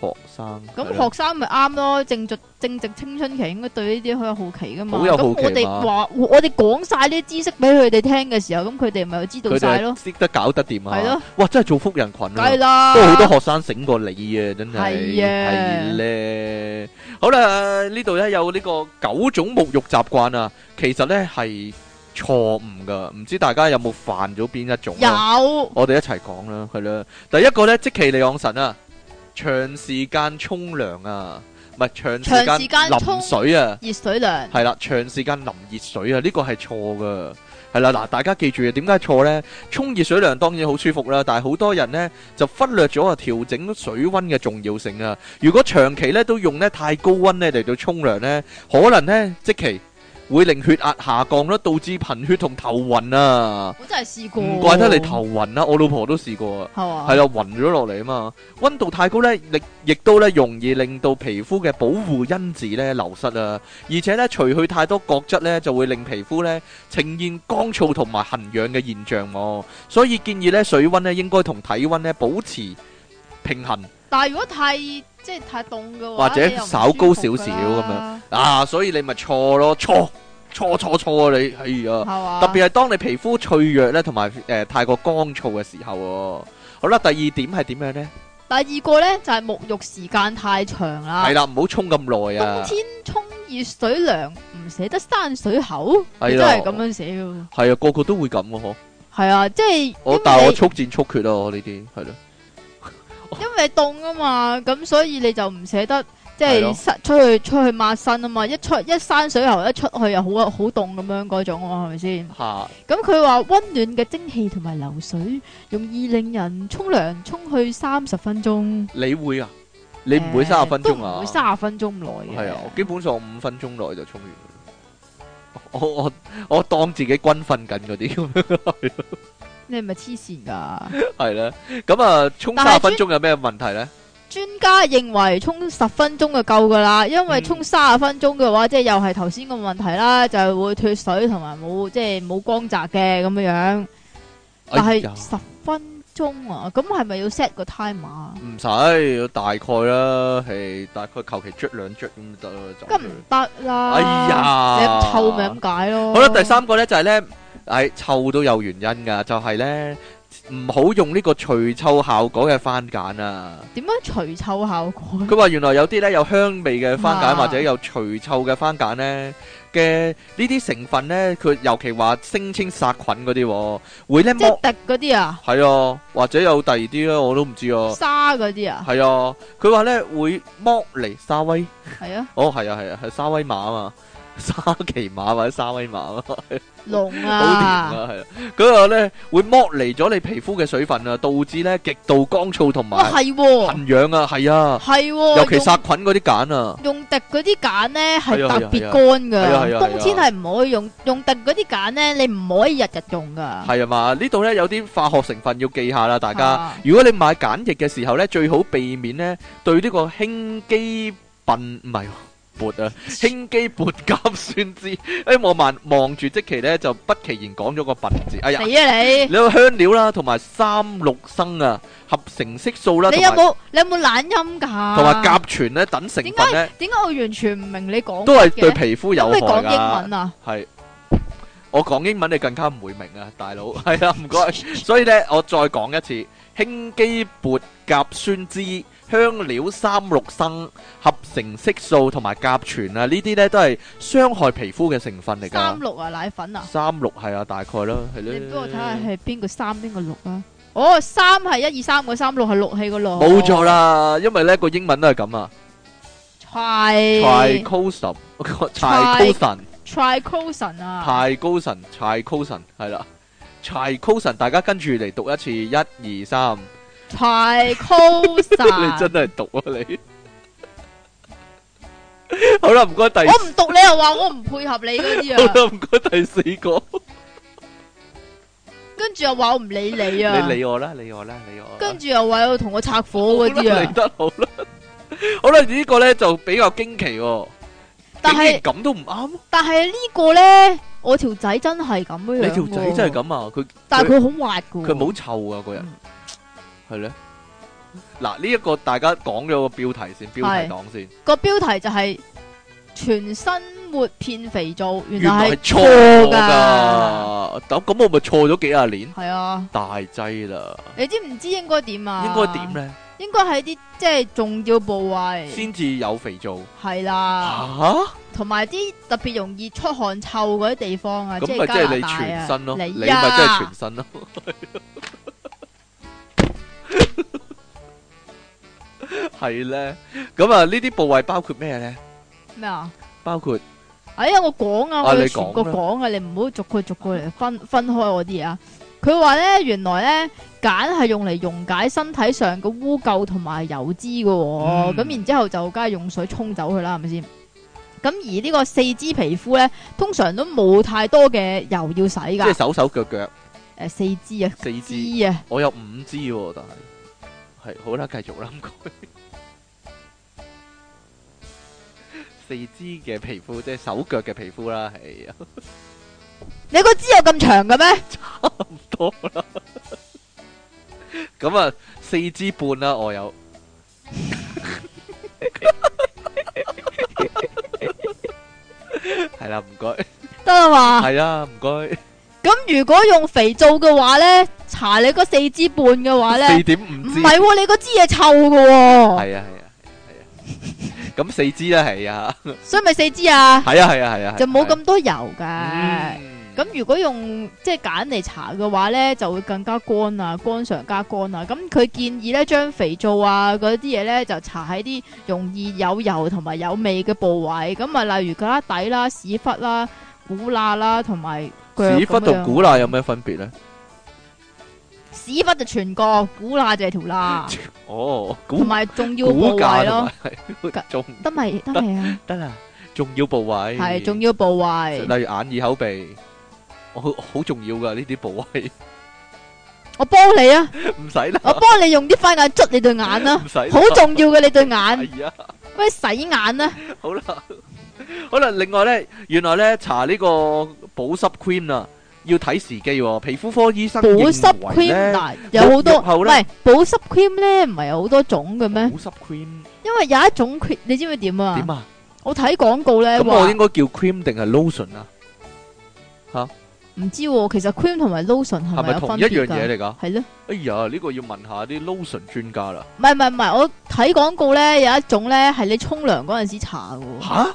B: 學生
A: 咁
B: 係咯
A: 學生咪啱咯，正值正值青春期，應該對呢啲好有好奇噶嘛。
B: 好有
A: 咁
B: 好奇
A: 我哋
B: 嘛
A: 話，我我哋講晒呢啲知識俾佢哋聽嘅時候，咁佢哋咪知道
B: 佢
A: 晒咯
B: 哋，識得搞得掂
A: 係
B: 啊
A: 咯！
B: 哇，真係造福人群
A: 梗
B: 啊
A: 係！啦。
B: 都好多學生醒過你啊，真係
A: 係啊
B: 係咧。好啦，呢度咧有呢個九種沐浴習慣啊，其實咧係錯誤噶，唔知大家有冇犯咗邊一種啊？
A: 有
B: 我哋一齊講啦，係啦。第一個咧，即其利昂神啊，長時間沖涼啊，唔係長時
A: 長時間
B: 間淋
A: 沖
B: 水啊。
A: 熱水涼，
B: 系啦，長時間淋熱水啊，呢、個係錯噶。係啦，嗱，大家記住啊，點解錯呢？沖熱水涼當然好舒服啦，但係好多人呢就忽略咗啊調整水温嘅重要性啊。如果長期呢都用呢太高温呢嚟到沖涼呢，可能呢即期會令血壓下降啦，導致貧血同頭暈啊。
A: 我真係試過。
B: 唔怪得你頭暈啦，我老婆都試過啊。
A: 係嘛？
B: 係啦，暈咗落嚟啊嘛。温度太高呢，亦亦都咧容易令到皮膚嘅保護因子咧流失啊。而且咧，除去太多角質咧，就會令皮膚咧呈現乾燥同埋痕癢嘅現象喎。所以建議咧，水温咧應該同體温咧保持平衡
A: 但係如果太即係太凍嘅
B: 或
A: 話，
B: 者
A: 你又唔
B: 稍高
A: 舒
B: 少
A: 服
B: 少
A: 㗎
B: 咁
A: 啦，
B: 啊。所以你咪錯咯，錯錯錯錯啊！你哎
A: 係
B: 呀
A: 〜嘛？
B: 特別係當你皮膚脆弱咧，同埋誒太過乾燥嘅時候喎。好啦，第二點係點樣呢？
A: 第二個咧就係沐浴時間太長啦
B: 係。啦，唔好沖咁耐啊
A: 冬。天沖熱水涼唔捨得山水口，
B: 係
A: 你真
B: 咯
A: 係咁樣寫嘅喎。
B: 係啊，個個都會咁嘅嗬。
A: 係啊，即係
B: 我
A: 因
B: 但係
A: 為
B: 我
A: 你
B: 速戰速決咯，我呢啲係咯，
A: 因為凍啊嘛，咁所以你就唔捨得即
B: 係咯
A: 係塞出去出去抹身啊嘛，一出一山水喉一出去又好好凍咁樣嗰種啊嘛，係咪先？
B: 嚇
A: 咁佢話温暖嘅蒸汽同埋流水，容易令人沖涼沖去三十分鐘。
B: 你會啊？你唔
A: 誒
B: 會三十分鐘
A: 都唔
B: 啊
A: 會？三十分鐘咁耐嘅。
B: 係啊，我基本上五分鐘內就沖完啦。 [laughs] 我我我當自己軍訓緊嗰啲咁樣， [laughs]
A: 你係咪黐線㗎？
B: 係啦。咁啊，沖
A: 但係
B: 三十分鐘有咩問題咧？
A: 專家認為沖十分鐘就夠噶啦，因為
B: 嗯
A: 沖三十分鐘嘅話，即係又係頭先個問題啦，就係會脱水同埋冇即係冇光澤嘅咁樣樣。但
B: 哎
A: 係
B: 呀
A: 十分鐘啊，咁係咪要 set 個 timer 啊？
B: 唔使，大概啦，係大概求其捽兩捽咁就得啦，就
A: 咁唔得啦！
B: 哎呀
A: 你咁臭咪咁解咯。
B: 好啦，第三個咧就係咧，唉，臭都有原因噶，就係咧唔好用呢個除臭效果嘅番梘啊。
A: 點樣除臭效果啊？
B: 佢話原來有啲咧有香味嘅番梘
A: 啊
B: 或者有除臭嘅番梘咧嘅呢啲成分咧，佢尤其話聲稱殺菌嗰啲喎，會咧
A: 即係
B: 剝
A: 滴嗰啲啊，
B: 係啊，或者有第二啲咧，我都唔知啊。
A: 沙嗰啲啊，
B: 係啊，佢話咧會剝嚟沙威，
A: 係啊，
B: 哦係啊係啊係沙威馬啊嘛， [laughs] 沙琪馬或者沙威馬啊嘛。
A: 龍
B: 好甜
A: 啊，
B: 啊，係啊，嗰個咧會剝離咗你皮膚嘅水分啊，導致咧極度乾燥同
A: 哇
B: 埋
A: 係喎，
B: 痕癢啊，係啊，
A: 係喎，
B: 尤其
A: 用
B: 殺菌嗰啲鹼啊，
A: 用滴嗰啲鹼咧係
B: 係啊
A: 特別
B: 係啊
A: 乾
B: 係啊係啊係
A: 噶，
B: 啊
A: 冬天係唔可以用用滴嗰啲鹼咧，你唔可以日日用噶。
B: 係啊嘛，呢度咧有啲化學成分要記下啦，大家。
A: 啊
B: 如果你買鹼液嘅時候咧，最好避免咧對呢個氫基苯
A: [laughs]
B: 唔係喎鈉啊，氫基鈉甲酸酯。誒，我望望住即期咧就不其然講咗個苯字，哎呀
A: 死，啊你！
B: 你有香料啦，同埋三六生啊，合成色素啦，
A: 你
B: 同
A: 有
B: 埋。
A: 冇你有冇懶音噶？
B: 同埋甲醛咧等成分咧，
A: 點解我完全唔明你講
B: 都係對
A: 嘅
B: 皮膚有害
A: 咁你講英
B: 噶
A: 文。啊？
B: 係我講英文你更加唔會明啊，大佬。 [laughs] 係啊，唔該。所以咧，我再講一次，氫基鈉甲酸酯、香料三六生、合成色素同埋甲醛啊，呢啲咧都係傷害皮膚嘅成分嚟
A: 三
B: 噶。
A: 六啊，奶粉啊？
B: 三六係啊，大概啦，係
A: 你
B: 咧。
A: 俾我睇下係邊個三邊個六啊？哦，三係一二三個三，六係六氣個六。
B: 冇錯啦，因為咧個英文都係咁啊
A: ，try
B: ，trichosan、trichosan。
A: try coson 啊，
B: 柴高神，柴高神系啦，柴高神，大家跟住嚟讀一次，一二三， [laughs]
A: try coson。
B: 你真係讀啊你！ [laughs] 好啦，唔該第
A: 我唔讀你又話我唔配合你嗰啲
B: [laughs] 好 [laughs]
A: 啊，
B: 啦，唔該第四個，
A: 跟住又話我唔理你啊，
B: 你理我啦，理我啦，理我啦。
A: 跟住又話要同我拆火嗰啲
B: 好啦
A: 啊
B: 嚟，得好啦， [laughs] 好啦，呢個咧就比較驚奇喎。
A: 但係
B: 竟然咁都唔啱，
A: 但係呢個咧，我條仔真係咁樣，
B: 你條仔真係，咁啊！佢
A: 但係佢好滑噶，
B: 佢冇臭啊，個人
A: 嗯
B: 係咧。嗱，呢一個大家講咗個標題先，標題黨先，
A: 個標題就係全生活變肥皂，原
B: 原來
A: 來
B: 係
A: 係
B: 錯
A: 錯㗎，
B: 㗎。咁咁我咪錯咗幾廿年，
A: 係啊，
B: 大劑啦。
A: 你知唔知應該點啊？
B: 應該點？咧
A: 應該喺啲即係重要部位，
B: 先至有肥皂？
A: 係啦，
B: 嚇！
A: 同埋啲特別容易出汗臭嗰啲地方啊，
B: 咁
A: 係
B: 咪
A: 加
B: 即係
A: 拿
B: 你
A: 大啊
B: 全身咯，你
A: 你
B: 咪即係
A: 啊
B: 全身咯。 [laughs] 係咧，咁啊呢啲部位包括咩咧？
A: 咩啊？
B: 包括
A: 哎呀，我講啊，
B: 啊
A: 我
B: 你
A: 要
B: 講
A: 全個
B: 啦
A: 講啊，你唔好逐個逐個嚟分分開我啲啊。佢話咧，原來咧鹼係用嚟溶解身體上嘅污垢同埋油脂嘅、喎。
B: 嗯
A: 咁、然之後就梗係用水沖走佢啦，係咪先？咁而呢個四肢皮膚咧，通常都冇太多嘅油要洗
B: 即
A: 㗎。
B: 係
A: 誒、
B: 手手腳腳
A: 四肢啊，
B: 四肢，
A: 肢啊，
B: 我有五肢喎，但係係好啦，繼續啦，唔該。四肢嘅皮膚，即係手腳嘅皮膚啦，係啊，
A: 你個肢有咁長嘅咩？
B: 多啦。咁啊， [laughs] 四肢半啦，我有。 [laughs] 係啦，唔該。
A: 得啦嘛。
B: 係啊，唔該。
A: 咁如果用肥皂嘅話咧，搽你個四肢半嘅話咧
B: 四，點五
A: 唔
B: 支。
A: 係喎，你個肢嘢臭嘅、喎。
B: 係啊，係啊，係啊。咁四支啦，係啊，
A: 所以咪四肢啊，
B: 係啊，係啊，係啊，
A: 就冇
B: 係
A: 咁多油噶
B: 啊。。嗯
A: 咁如果用即係揀嚟搽嘅話咧，就會更加乾啊，乾上加乾啊。咁佢建議咧，將肥皂啊嗰啲嘢咧，就搽喺啲容易有油同埋有味嘅部位。咁啊，例如腳底啦、屎忽啦、股罅啦，同埋腳
B: 屎忽
A: 咁
B: 同
A: 樣
B: 古娜有咩分別咧？
A: 屎忽就全個，股罅就係條罅，
B: 哦，
A: 同
B: 古
A: 埋重要部
B: 股
A: 位
B: 價
A: 咯。
B: [laughs] 同埋重
A: 得未？得未啊？
B: 得啦，重要部位
A: 係重要部位。
B: 例如眼耳口鼻，我好好重要噶呢啲部 [laughs] 位，
A: 我幫你啊，
B: 唔使啦，
A: 我幫你用啲番梘捽你對眼啊啦。
B: 唔使啦
A: 好重要嘅你對
B: [laughs]
A: 眼，
B: 係啊，
A: 喂洗眼啊啦，
B: 好啦，好啦，另外咧，原來咧搽呢個保濕 cream 啊，要睇時機喎，皮膚科醫生
A: 保濕
B: 認為
A: cream
B: 咧
A: 嗱有好多，
B: 肉後
A: 唔
B: 呢
A: 係保濕 cream 咧，唔係有好多種嘅咩？
B: 保濕 cream
A: 因為有一種 cream，你知唔知點啊
B: 點？啊？
A: 我睇廣告咧
B: 咁我
A: 話
B: 應該叫 cream 定係 lotion à. 啊？
A: 唔知喎，其實 cream 同埋 lotion 係
B: 係
A: 咪
B: 咪
A: 有
B: 同
A: 分
B: 一樣
A: 別
B: 嘢
A: 㗎？
B: 嚟㗎？
A: 係咯，
B: 哎呀，呢個要問下啲 lotion 專家啦。
A: 唔係唔係唔係，我睇廣告咧有一種咧係你沖涼嗰陣時搽嘅喎，
B: 吓，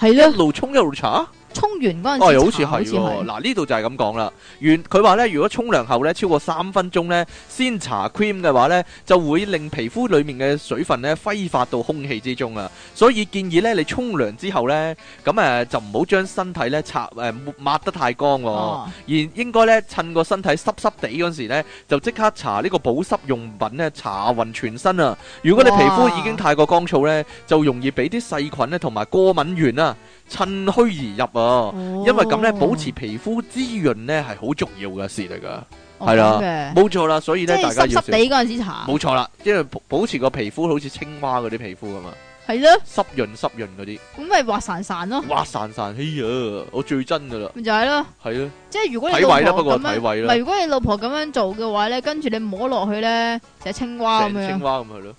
A: 係
B: 一
A: 咯，
B: 路沖一路搽？
A: 沖完嗰
B: 哦，又
A: 陣
B: 好
A: 時搽
B: 似
A: 好似
B: 係
A: 係，
B: 喎。嗱呢度就係咁講啦。原佢話咧，如果沖涼後咧超過三分鐘咧，先搽 cream 嘅話咧，就會令皮膚裡面嘅水分咧揮發到空氣之中啊。所以建議咧，你沖涼之後咧，咁誒、呃就唔好將身體咧擦誒抹抹得太乾喎、
A: 哦
B: 而應該咧趁個身體濕濕地嗰時咧，就即刻搽呢個保濕用品咧，搽勻全身啊！如果你皮膚已經太過乾燥咧，就容易俾啲細菌咧同埋過敏源啊趁虛而入啊！
A: 哦
B: 因為咁咧，保持皮膚滋潤咧係好重要嘅事嚟噶，係啦
A: 啦，
B: 冇錯啦。所以
A: 哦即
B: 咧，大
A: 係
B: 家
A: 濕
B: 要
A: 濕
B: 小
A: 地
B: 心
A: 嗰陣時搽，
B: 冇錯啦，因為保保持個皮膚好似青蛙嗰啲皮膚咁啊，
A: 係咯，
B: 濕潤濕潤嗰啲，
A: 咁咪滑潺潺咯，
B: 哇散散，哎呀，我最真噶啦，
A: 咪就係咯。
B: 係咯，
A: 即係如果你
B: 體位啦，
A: 老
B: 不
A: 婆
B: 過
A: 咁樣啊
B: 體，位
A: 唔
B: 啦
A: 係，如果你老婆咁樣做嘅話咧，跟住你摸落去咧就係青蛙咁
B: 成青
A: 樣。
B: 蛙咁係咯，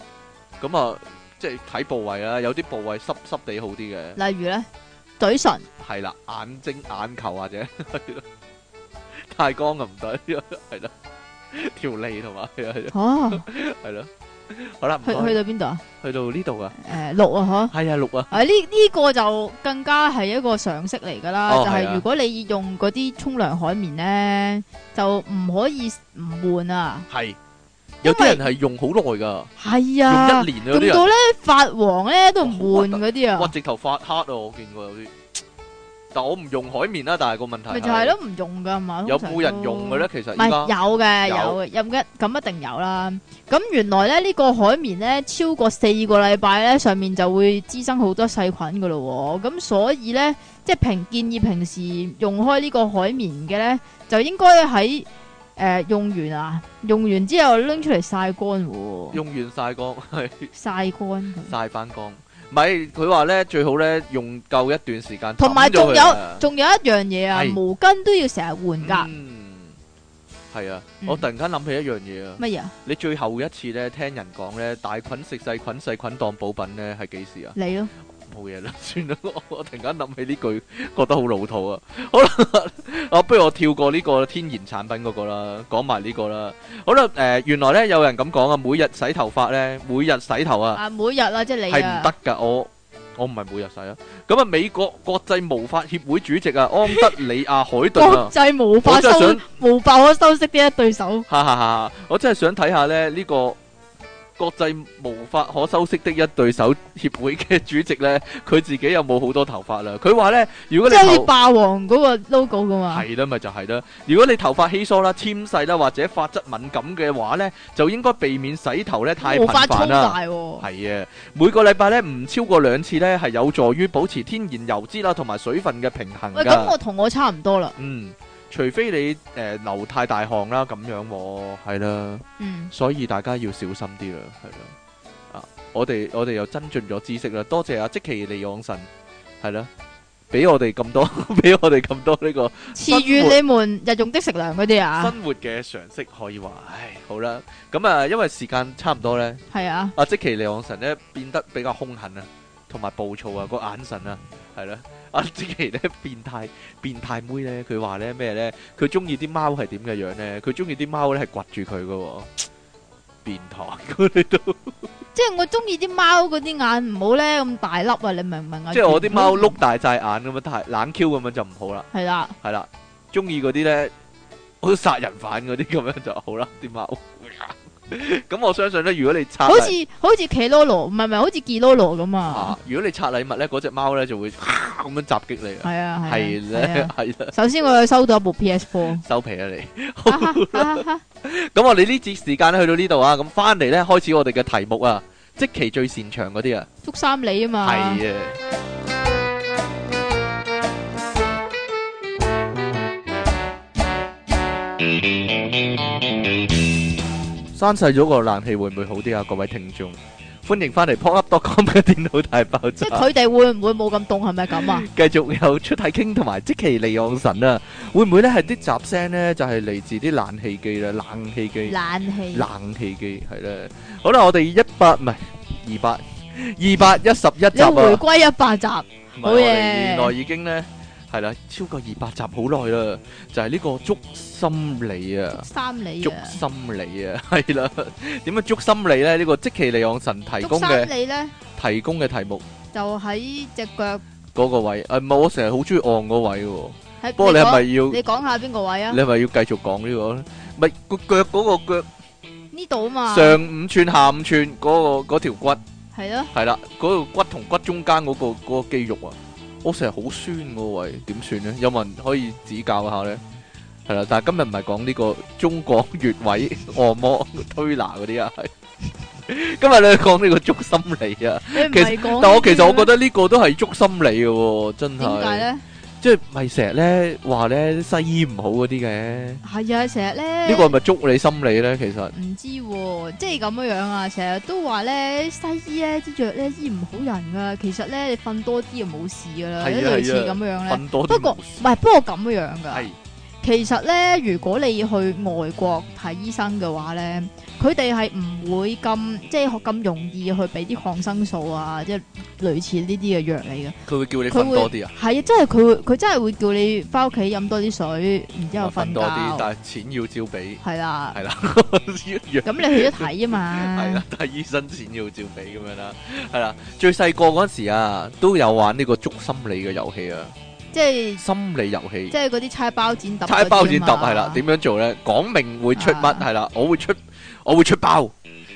B: 咁啊，即係睇部位啦，有啲部位濕濕地好啲嘅。
A: 例如咧，嘴唇
B: 係啦，眼睛眼球或者 [laughs] 係咯太光就唔得，係啦，條脷同埋係咯 [laughs]
A: 哦，
B: 係咯，好啦，唔
A: 去
B: 該
A: 去到邊度啊？
B: 去到呢度啊，
A: 誒，六啊，嗬。
B: 係啊，六啊，
A: 啊！呢呢個就更加係一個常識嚟㗎啦，
B: 哦
A: 就
B: 係啊
A: 係如果你用嗰啲沖涼海綿咧，就唔可以唔換啊。
B: 係有啲人係用好耐噶，
A: 係啊
B: 用，一年啊有
A: 用
B: 啲
A: 到
B: 人，
A: 咧發黃咧都
B: 哇好核
A: 唔
B: 突
A: 換嗰啲
B: 哇
A: 啊。
B: 直頭發黑啊，我見過有啲，但我唔用海綿啦，但係個問題
A: 咪就係咯，唔用噶嘛，
B: 有
A: 通常
B: 冇人用嘅咧？其實
A: 都？唔
B: 依
A: 係
B: 家
A: 有嘅，
B: 有
A: 有有嘅，咁一定有啦。咁原來咧呢個海綿咧超過四個禮拜咧，上面就會滋生好多細菌噶咯喎。咁所以咧，即係平建議平時用開呢個海綿嘅咧，就應該喺誒用完啊，用完之後拎出嚟曬乾喎，
B: [laughs] 用完晒光， [laughs] 係
A: 曬乾佢。
B: 晒翻光。唔係佢話咧，最好咧用夠一段時間。
A: 同埋仲有
B: 有
A: 仲有一樣嘢啊，
B: 係
A: 毛巾都要成日換㗎。
B: 嗯，係啊！
A: 嗯
B: 我突然間諗起一樣嘢啊，
A: 乜嘢啊？
B: 你最後一次咧聽人講咧大菌食細菌，細菌當補品咧係幾時啊？ [laughs]
A: 你咯，
B: 冇嘢啦，算啦。我我突然間諗起呢句，覺得好老土啊。好啦，我不如我跳過呢個天然產品嗰個啦，講埋呢個啦。好啦，誒、原來咧有人咁講啊，每日洗頭髮咧，每日洗頭啊。
A: 啊每日啦，即係你
B: 係
A: 啊
B: 唔。得噶，我我唔係每日洗啊。咁啊，美國國際毛髮協會主席啊，安德里亞海頓
A: 國 [laughs]
B: 啊，
A: 際無
B: 我
A: 法
B: 真
A: 收
B: 係想
A: 無法可修飾的一對手，
B: 哈哈哈！我真係想睇下咧呢個國際無法可修飾的一對手協會嘅主席咧，佢自己有冇好多頭髮啦？佢話咧，如果
A: 即
B: 你
A: 係好似
B: 頭
A: 霸王嗰個 logo 咁啊！
B: 係啦，咪就係啦。如果你頭髮稀疏啦、纖細啦，或者髮質敏感嘅話咧，就應該避免洗頭咧太
A: 無
B: 頻
A: 法粗
B: 繁啦。
A: 大喎，
B: 係啊，每個禮拜咧唔超過兩次咧，係有助於保持天然油脂啦同埋水分嘅平衡
A: 喂，咁
B: 噶。
A: 我同我差唔多啦，
B: 嗯，除非你誒、呃流太大汗啦，咁樣喎，係啦，
A: 嗯，
B: 所以大家要小心啲啦，係啦。啊，我哋我哋又增進咗知識啦，多謝阿即其利昂神，係啦，俾我哋咁多， [laughs] 俾我哋咁多呢個
A: 賜予你們日用的食糧嗰啲啊，
B: 生活嘅常識，可以話，唉，好啦，咁啊，因為時間差唔多咧。
A: 係啊，
B: 阿即其利昂神咧變得比較兇狠啊，同埋暴躁啊，個眼神啊，係啦。阿即其咧變態變態妹咧，佢話咧咩咧？佢中意啲貓係點嘅樣咧？佢中意啲貓咧係掘住佢嘅喎，變
A: [laughs]
B: 態佢哋都
A: 即係我中意啲貓嗰啲眼唔好咧咁大粒啊，你明唔明啊？
B: 即係我啲貓碌大隻眼咁樣，但係冷 Q 咁樣就唔好啦，
A: 係啦，
B: 係啦，中意嗰啲咧好似殺人犯嗰啲咁樣就好啦，啲貓。咁我相信咧，如果你拆
A: 好似好似奇羅羅，唔係唔係，好似吉羅羅咁啊
B: 啊，，如果你拆禮物咧，嗰只貓咧就會 [laughs] 咁樣襲擊你啊。
A: 係啊，啊
B: 系
A: 係
B: 咧
A: 啊，
B: 系啦，
A: 首先我收到一部 PS
B: [laughs]
A: Four，
B: 收皮啦你。
A: 哈哈哈哈
B: 咁我哋呢節時間咧去到呢度啊，咁翻嚟咧開始我哋嘅題目啊，即期最擅長嗰啲啊，
A: 捉三你啊嘛，
B: 係啊。閂細咗個冷氣會唔會好啲啊？各位聽眾，歡迎翻嚟 popup.com 嘅電腦大爆
A: 即
B: 炸
A: 係。佢哋會唔會冇咁凍係咪咁啊？
B: 繼續有出體傾同埋即其利昂神啊，會唔會咧係啲雜聲咧就係嚟自啲冷氣機啦，冷氣機。
A: 冷氣。
B: 冷氣機係咧。好啦，我哋一百唔係二百二百一十一集
A: 你
B: 啊，
A: 回歸一百集，
B: 唔係
A: 好
B: 我哋
A: 嘢
B: 原來已經咧係啦，超過二百集好耐啦，就係呢個捉心理啊。
A: 三你
B: 捉
A: 啊！
B: 心理啊，係啦，點樣捉心理咧？呢、個即其利昂神提
A: 捉
B: 供
A: 三
B: 嘅
A: 你咧
B: 提供嘅題目
A: 就喺只腳
B: 嗰個位，誒唔係我成日好中意按嗰位嘅喎。
A: 喺。
B: 不過你係
A: 講
B: 咪要
A: 你講下邊個位啊
B: 你？係咪要繼續講呢、個咧？咪個腳嗰個腳
A: 呢度啊嘛，
B: 上五寸下五寸嗰、個嗰條骨。
A: 係咯，
B: 係啦，嗰個骨同骨中間嗰、個嗰個肌肉啊，我成日好酸嗰位，點算呢？有冇人可以指教下呢？係啦，但係今日唔係講呢個中 [laughs] 港穴位按摩推拿嗰 [laughs] 啲啊，係今日咧講呢個足心理啊。
A: 你唔係講。
B: 但我其實我覺得呢個都係足心理嘅喎，真
A: 點解
B: 係，
A: 咧？
B: 即係咪成日咧話咧西醫唔好嗰啲嘅？呢
A: 係啊，成日咧
B: 個係咪足你心理呢？其實
A: 唔知喎，即係咁樣樣啊！成日都話咧西醫咧啲藥咧醫唔好人噶，其實咧你瞓多啲就冇事噶啦，
B: 係啊
A: 類似
B: 係
A: 咁
B: 啊
A: 樣樣咧。
B: 瞓多
A: 不
B: 啲
A: 過
B: 冇
A: 唔
B: 事
A: 係，不過咁樣樣㗎
B: 係。
A: 其實咧，如果你去外國睇醫生嘅話咧，佢哋係唔會咁即係咁容易去俾啲抗生素啊，即係類似呢啲嘅藥嚟嘅。
B: 佢會叫你
A: 佢
B: 瞓
A: 會
B: 多啲啊，
A: 係啊，即係佢會佢真係會叫你翻屋企飲多啲水，然之後
B: 瞓
A: 瞓
B: 多啲，
A: 覺。
B: 但係錢要照俾。
A: 係啦，
B: 係啦， [laughs] 一樣
A: 咁你去咗睇啊
B: [laughs] 係啦
A: 嘛，，
B: 但係醫生錢要照俾咁樣啦，係啦。最細個嗰陣時啊，都有玩呢個捉心理嘅遊戲啊，
A: 即係
B: 心理遊戲
A: 即，係嗰啲猜包剪揼嗰啲啊嘛。
B: 猜包剪揼係啦。點樣做咧？講明會出乜
A: 啊
B: 係啦，我會出，我會出包，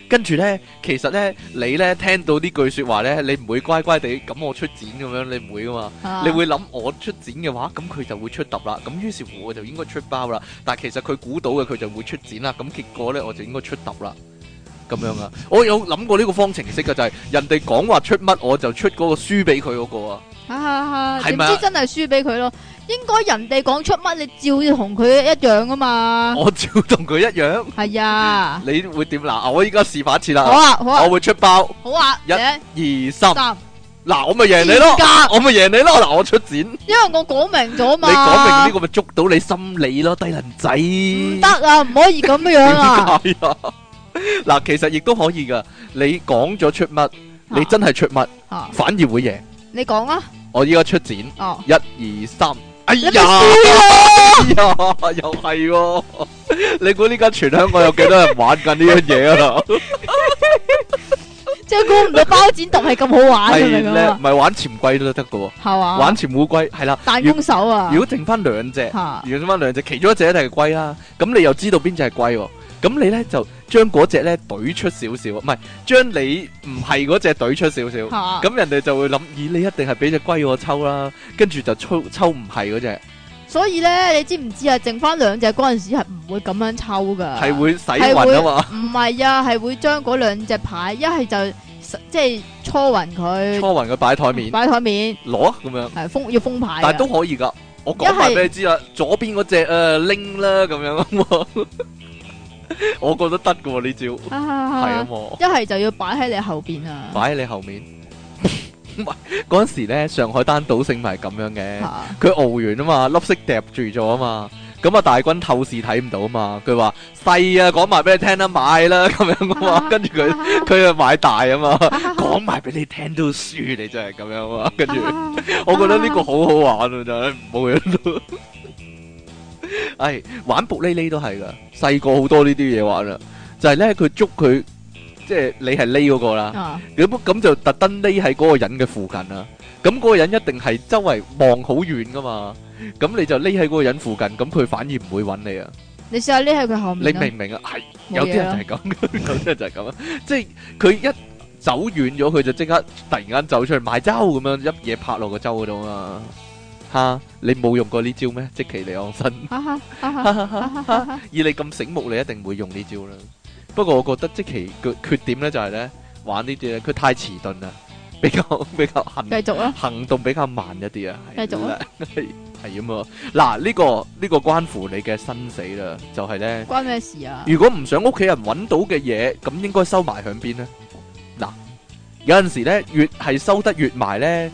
B: 跟住咧，其實咧，你咧聽到呢句说話咧，你唔會乖乖地咁我出剪咁樣，你唔會噶嘛？
A: 啊
B: 你會諗我出剪嘅話，咁佢就會出揼啦。咁於是乎我就應該出包啦。但其實佢估到嘅，佢就會出剪啦。咁結果呢，我就應該出揼啦。咁樣啊，我有諗過呢個方程式嘅，就係人哋講話出乜，我就出嗰個輸俾佢嗰個啊。
A: 哈哈哈，
B: 係
A: 点
B: 咪啊
A: 知真係輸俾佢咯？應該人哋講出乜，你照同佢一樣噶嘛？
B: 我照同佢一樣，
A: 係啊，
B: 你會點嗱？我依家示範一次
A: 好
B: 啦，
A: 啊，好啊
B: 我，會出包
A: 好啊，
B: 一
A: 嚟
B: 二三，
A: 三，
B: 嗱我咪贏你咯
A: 二甲，
B: 我咪贏你咯，嗱我出剪，你
A: 因為我講明咗嘛，
B: 講明呢個咪捉到你心理咯，低能仔。
A: 唔得啊，唔可以咁樣啊，
B: 點解啊？嗱，其實亦都可以噶。你講咗出乜， [laughs] 你真係出乜，
A: 啊，
B: 反而會贏。
A: 你講啊，
B: 我依家出剪，
A: 哦，
B: 一二三，哎
A: 你咪
B: 呀，
A: 輸咯，
B: 哎呀，又係喎！你估呢家全香港有幾多人玩緊呢樣
A: [laughs]
B: 嘢啊？
A: 即係估唔到包剪揼係咁好玩，你
B: 係
A: 明唔明
B: 咧，唔
A: 啊？
B: 係玩潛龜都得噶喎，
A: 係嘛？
B: 玩潛烏龜係啦。
A: 彈
B: 如
A: 弓手啊
B: 如，果剩翻兩隻。
A: 吓
B: 如果剩翻兩隻，其中一隻一定係龜啦。咁你又知道邊只係龜喎？咁你咧就將嗰只咧懟出少少，唔係將你唔係嗰只懟出少少。
A: 吓，
B: [laughs] 咁人哋就會諗，咦，你一定係俾只龜我抽啦，跟住就抽抽唔係嗰只，
A: 所以咧，你知唔知啊？剩翻兩隻嗰阵时系唔會咁樣抽噶，
B: 係會洗
A: 係
B: 暈啊嘛，
A: 唔係啊，係會將嗰兩隻牌一係就即係搓匀佢，
B: 搓暈佢擺
A: [laughs]
B: 台面
A: 擺台面，
B: 攞咁樣，
A: 係封要封牌㗎。啊
B: 但係都可以噶。我講
A: 一
B: 埋
A: 係
B: 俾你知啦，左邊嗰只诶拎啦咁樣， [laughs] 我覺得得噶喎呢招，
A: 啊啊
B: 係啊
A: 啊
B: 嘛，
A: 一係就要擺喺你後边啊。
B: 擺喺你後面。唔係嗰陣時咧，上海灘賭聖咪係咁樣嘅。
A: 嚇
B: 佢熬完啊嘛，粒色疊住咗啊嘛，咁啊大軍透視睇唔到啊嘛，佢話細啊，講埋俾你聽啦，買啦咁樣啊嘛，跟住佢佢啊買大啊嘛，講埋俾你聽都輸，你真係咁樣啊嘛，跟住我覺得呢個好好玩啊，真係冇嘢都，唉，玩卜哩哩都係噶，細個好多呢啲嘢玩啊，就係咧佢捉佢，即係你係匿嗰個 [laughs] 啦。
A: 啊
B: 咁咁就特登匿喺嗰個人嘅附近啦。咁嗰個人一定係周圍望好遠噶嘛。咁你就匿喺嗰個人附近，咁佢反而唔會揾你啊！
A: 你試下匿喺佢後
B: 你
A: 面啊。
B: 明唔明啊？係
A: 冇
B: 有啲
A: 嘢啊
B: 人就係咁， [laughs] 有啲人就係咁啊！即係佢一走遠咗，佢就即刻突然間走出去買粥咁樣，一嘢拍落個粥嗰度啊！嚇，你冇用過呢招咩？即其利昂身。 [laughs]
A: 啊哈啊哈啊哈啊哈啊哈
B: 以你咁醒目，你一定會用呢招啦。不過我覺得即其嘅缺點咧就係咧玩呢啲咧，佢太遲鈍啦，比較 [laughs] 比較行
A: 繼續啊，
B: 行動比較慢一啲啊。係
A: 繼續啊
B: 啦，係係咁啊。嗱，呢、個呢、個關乎你嘅生死啦，就係、咧，
A: 關咩事啊？
B: 如果唔想屋企人揾到嘅嘢，咁應該收埋響邊咧？嗱，有陣時咧，越係收得越埋咧，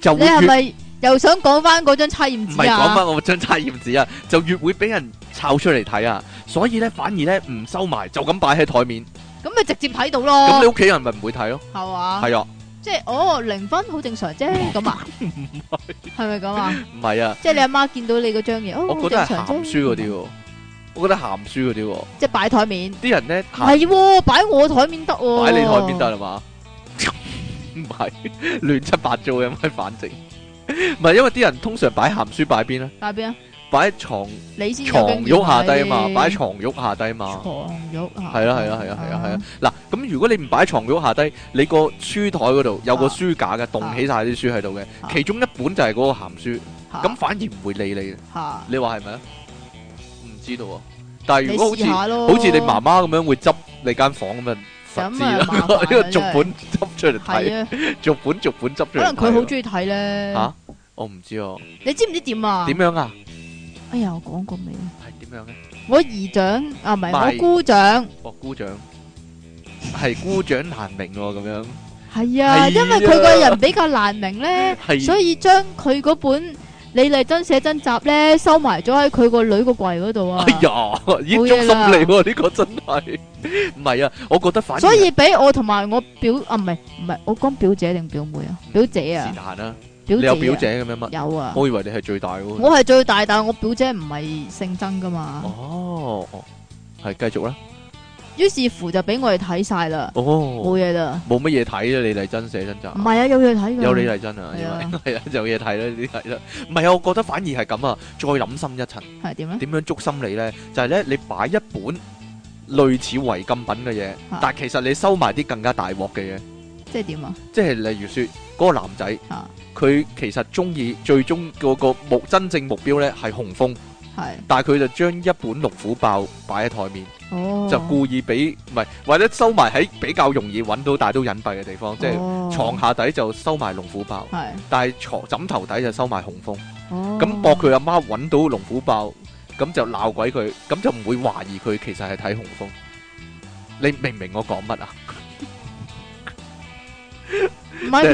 B: 就
A: 你
B: 會
A: 係
B: 越
A: 咪啊又想講翻嗰張測驗
B: 唔
A: 紙
B: 係講
A: 啊？
B: 翻我張測驗紙啊，就越會俾人抄出嚟睇啊，所以咧反而咧唔收埋，就咁擺喺台面，
A: 咁咪直接睇到
B: 咁、你
A: 咯，
B: 屋企人咪唔會睇咯，
A: 係嘛？
B: 係啊，
A: 即係哦，零分好正常啫，咁
B: [laughs]
A: 啊？係咪咁啊？
B: 唔係啊，
A: 即係你阿媽見到你嗰張嘢，哦，
B: 我覺
A: 好正
B: 得係鹹
A: 常啫
B: 書嗰啲，喎，我覺得鹹書嗰啲喎，
A: 即係擺台面。
B: 啲人咧
A: 唔
B: 鹹
A: 係喎，擺我台面得喎。
B: 擺你台面得啦嘛，唔係亂七八糟嘅，咪反正，唔係因為啲人通常擺鹹書擺邊咧，
A: 擺邊啊？
B: 擺喺床
A: 你先有
B: 床
A: 經驗
B: 褥下低啊
A: 睇
B: 嘛，擺喺床褥下低啊嘛。
A: 床褥下。
B: 係啦係啦係啦係啦係啦。嗱，咁如果你唔擺喺床褥下低，你個書台嗰度有個書架嘅，棟起晒啲書喺度嘅，
A: 啊
B: 其中一本就係嗰個鹹書，
A: 嚇
B: 咁反而唔會理你嘅。
A: 啊嚇
B: 你話係咪啊？唔知道喎。啊但係
A: 你
B: 如果好
A: 試
B: 似
A: 下咯，
B: 好似你媽媽咁樣會執你間房咁啊，實知啦
A: 咁啊麻煩。啦
B: [laughs] 呢個逐
A: 真係
B: 本執出嚟睇，
A: 係啊，
B: 逐本逐本執出
A: 可
B: 嚟睇喎。
A: 能佢好中意睇咧。
B: 嚇我唔知哦，
A: 你知唔知點啊？
B: 點？樣啊？
A: 哎呀，我講過未啊？
B: 係點樣咧？
A: 我姨丈啊，唔
B: 唔
A: 係
B: 係
A: 我姑丈，
B: 哦，姑丈係姑丈難明喎，咁樣
A: 係啊，
B: 係
A: 因為佢個人比較難明咧。
B: 係。
A: 所以將佢嗰本李麗珍寫真集咧收埋咗喺佢個女個櫃嗰度啊
B: 哎。呀，已
A: 冇嘢
B: 經中心
A: 啦
B: 嚟喎，呢個真係唔係啊！我覺得反而
A: 所以俾我同埋我表啊，唔係唔係，我講表姐定表妹啊？表姐
B: 是
A: 啊，
B: 但啦，
A: 表
B: 你
A: 姐
B: 有
A: 啊
B: 表姐嘅咩乜？
A: 有啊。
B: 我以為你係最大喎。
A: 我係最大，但係我表姐唔係姓曾噶嘛。
B: 哦，哦係繼續啦。
A: 於是乎就俾我哋睇晒啦，
B: 哦，
A: 冇嘢啦。
B: 冇乜嘢睇啊！李麗珍寫真集
A: 唔係啊，有嘢睇㗎。
B: 有李麗珍啊，因
A: 係啊
B: 為 [laughs] 係啊，有嘢睇啦，呢啲係啦。唔係啊，我覺得
A: 嗯
B: 反而係咁啊，再諗深一層，
A: 係點咧？
B: 點樣捉心理咧？就係咧，你擺一本類似違禁品嘅嘢
A: 啊，
B: 但其實你收埋啲更加大鑊嘅嘢，
A: 即係點啊？
B: 即係例如說嗰個男仔
A: 啊，
B: 佢其實中意最終嗰個目真正目標呢係紅峰，
A: 係
B: 但係佢就將一本龍虎豹擺喺台面，
A: 哦，
B: 就故意俾唔係或者收埋喺比較容易揾到但係都隱蔽嘅地方，即係
A: 係
B: 床下底就收埋龍虎豹，
A: 係
B: 但係床枕頭底就收埋紅峰。
A: 哦，
B: 咁搏佢阿媽揾到龍虎豹，咁就鬧鬼佢，咁就唔會懷疑佢其實係睇紅峰。你明唔明我講乜啊？
A: 唔係，其
B: 即係太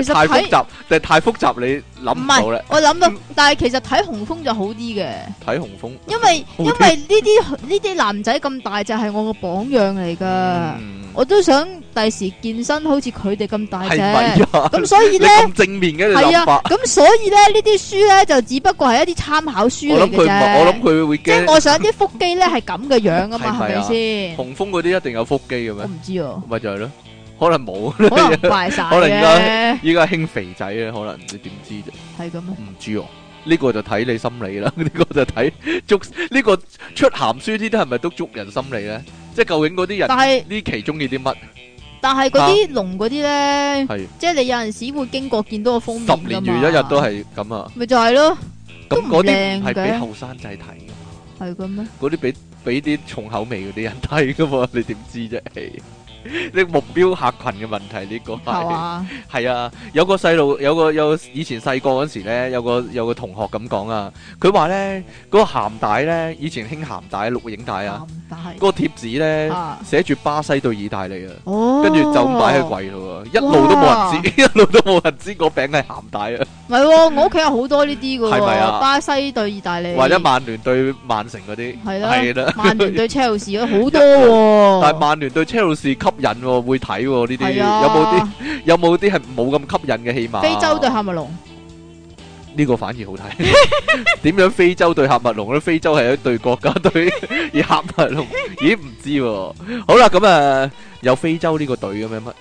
A: 實
B: 複
A: 睇
B: 雜，即係太複雜，你諗唔到咧。
A: 我諗到
B: 嗯，
A: 但係其實睇紅峰就好啲嘅，
B: 睇紅峰，
A: 因為
B: 好啲
A: 因為呢啲呢啲男仔咁大隻係我個榜樣嚟噶，
B: 嗯
A: 我都想第時健身好似佢哋咁大
B: 係
A: 隻，
B: 咪啊？
A: 咁所以
B: 你
A: 咧。
B: 咁正面嘅你
A: 系
B: 諗
A: 啊
B: 法，，
A: 咁所以咧呢啲書咧就只不過係一啲參考書
B: 我
A: 嚟
B: 諗
A: 嘅
B: 佢唔
A: 啫。
B: 我諗佢會
A: 即係
B: 驚
A: 我想啲腹肌咧係咁嘅樣噶嘛，
B: [laughs] 係咪
A: 係
B: 啊
A: 咪先？
B: 紅峰嗰啲一定有腹肌嘅
A: 我
B: 咩？
A: 唔知
B: [laughs]
A: 哦，
B: 咪就係咯，可能冇。
A: 可能敗晒
B: [laughs] 可能
A: 嘅，
B: 依家興肥仔咧，可能你點知啫？
A: 係咁啊。
B: 唔知哦，呢、個就睇你心理啦， [laughs] 呢、個就睇捉呢、個出鹹書呢啲係咪都捉人心理咧？即係究竟嗰啲人
A: 但係
B: 呢期中意啲乜？
A: 但係嗰
B: 啊
A: 啲龍嗰啲咧，
B: 係
A: 即係你有陣時會經過見到個嗯封面
B: 十年如一日都
A: 係，
B: 係咁啊！
A: 咪就係咯，
B: 咁
A: 都唔
B: 嗰啲
A: 靚
B: 係俾
A: 嘅
B: 後生仔睇㗎，
A: 係咁啊咩？
B: 嗰啲俾俾啲重口味嗰啲人睇噶嘛？ [laughs] 你點知啫？ [laughs] 係你目標客群嘅問題呢、個
A: 係
B: 係
A: 嘛？
B: 係啊！有個細路有個有以前細個嗰時咧，有個有個同學咁講啊，佢話咧嗰個鹹帶咧，以前興鹹帶錄影帶啊。
A: 鹹帶
B: 嗰個貼紙咧
A: 啊，
B: 寫住巴西對意大利啊，
A: 哦，
B: 跟住就咁擺喺櫃度啊喎，一路都冇人 [laughs] 知，一路都冇人知嗰餅係鹹帶啊，
A: 唔係喎，我屋企有好多呢啲噶
B: 係咪啊
A: 喎，巴西對意大利，
B: 或者曼聯對曼城嗰啲
A: 係啦
B: 係 [laughs] 啦，
A: 曼聯對車路士嗰啲好多喎。
B: 但係曼聯對車路士吸引喎，會睇喎呢啲，
A: 係
B: 有
A: 啊
B: 冇啲啊有冇啲係冇咁吸引嘅戲碼？
A: 非洲對喀麥
B: [laughs]
A: 隆？
B: 呢個反而好睇， [laughs] 點樣非洲對喀麥隆咧？非洲係一對國家隊， [laughs] 而喀
A: [laughs]
B: 麥隆咦唔知喎。好啦，咁啊有非洲呢個隊嘅咩乜？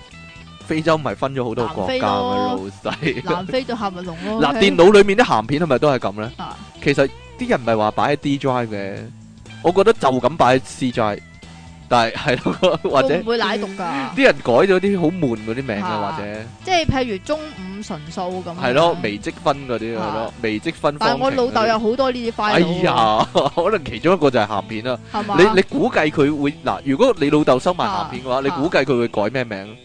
B: 非洲唔係分咗好多個國家嘅老
A: 南
B: 細。
A: 南非對喀麥隆咯。
B: 嗱，電腦裏面啲鹹片係咪都係咁咧？
A: 啊
B: 其實啲人唔係話擺喺 D drive 嘅，我覺得就咁擺喺 C drive，但係 [laughs] 係咯，或者
A: 會唔會奶毒㗎？
B: 啲人改咗啲好悶嗰啲名啊，
A: 啊
B: 或者
A: 即係譬如中午純素咁樣。
B: 係咯微積分嗰啲係咯
A: 啊，
B: 微積分方程
A: 但
B: 嗰啲。
A: 係我老豆有好多呢啲 file
B: 哎
A: 喎。
B: 呀，可能其中一個就係鹹片啦。
A: 啊係嘛？
B: 你你估計佢會嗱？如果你老豆收埋鹹片嘅話，
A: 啊
B: 你估計佢會改咩名？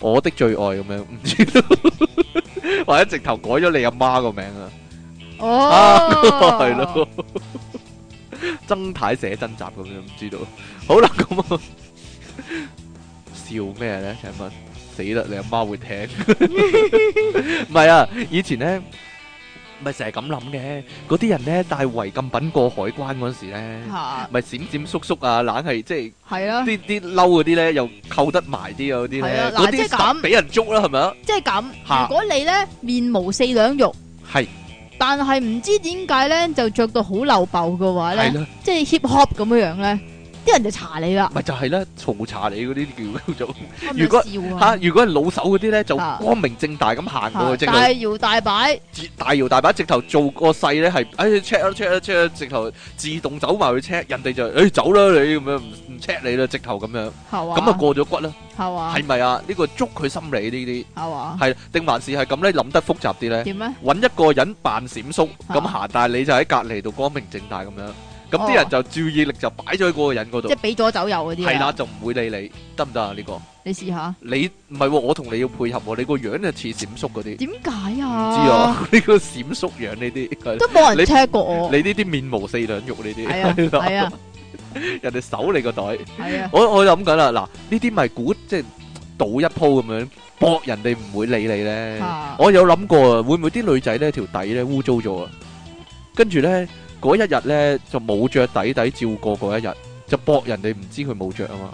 B: 我的最愛咁樣，唔知道， [laughs] 或者直頭改咗你阿媽個名啊？啊，
A: 哦，
B: 係咯，曾太寫真集咁樣，唔知道。好啦，咁啊，笑咩咧？請問死啦，你阿媽會聽？唔係啊，以前咧，咪成日咁諗嘅，嗰啲人咧帶違禁品過海關嗰陣時咧。
A: 嚇
B: 咪閃閃縮縮啊，懶係即係
A: 係啊，
B: 啲啲褸嗰啲咧，又扣得埋啲啊嗰啲
A: 係
B: 咧
A: 啊，嗱
B: 嗰
A: 即係
B: 啲
A: 咁
B: 實俾人捉啦，係咪啊？
A: 即係咁。
B: 嚇
A: 如果你咧面無四兩肉，
B: 係
A: 但係唔知點解咧就着到好漏爆嘅話
B: 係
A: 咧，
B: 啦，
A: 即係 hip hop 咁樣樣咧，啲人就查你啦。
B: 咪就係啦，嘈查你嗰啲叫做。
A: 我咪
B: 如果
A: 笑啊
B: 吓，如果係老手嗰啲咧，就
A: 啊
B: 光明正大咁行過
A: 嚇
B: 去，直頭
A: 大搖大擺，
B: 自大搖大擺，直頭做個勢咧係，哎 check 啦 check 啦 check 啦，直頭自動走埋去 check，人哋就誒走啦你咁樣，唔唔 check 你啦，直頭咁樣，
A: 係嘛？
B: 咁啊過咗骨啦，
A: 係嘛？
B: 係咪啊？呢個捉佢心理呢
A: 係嘛
B: 啲，？係定還是係咁咧？諗得複雜啲咧？
A: 點咧？
B: 揾一個人扮閃縮咁
A: 啊
B: 行，但係你就喺隔離度光明正大咁樣，咁啲
A: 哦
B: 人就注意力就擺咗喺嗰個人嗰度
A: 即係，俾左走右嗰啲啊
B: 係啦，，就唔會理你，得唔得啊？呢個
A: 你試下。
B: 你唔係喎，我同你要配合喎，你個樣就似閃縮嗰啲，唔
A: 點解啊？
B: 知啊， [laughs] 呢個閃縮樣呢啲係啦
A: 都冇
B: 你
A: 人 check 過我。
B: 你呢啲面無四兩肉呢啲，
A: 係啊，
B: 係啦
A: 係啊，
B: 人哋搜你個袋，
A: 係啊，
B: 我我諗緊啦，嗱呢啲咪估即係賭一鋪咁樣，搏人哋唔會理你咧。
A: 啊
B: 我有諗過啊，會唔會啲女仔咧條底咧污糟咗啊？跟住咧嗰一日咧就冇着底底，照過嗰一日就搏人哋唔知佢冇着啊嘛，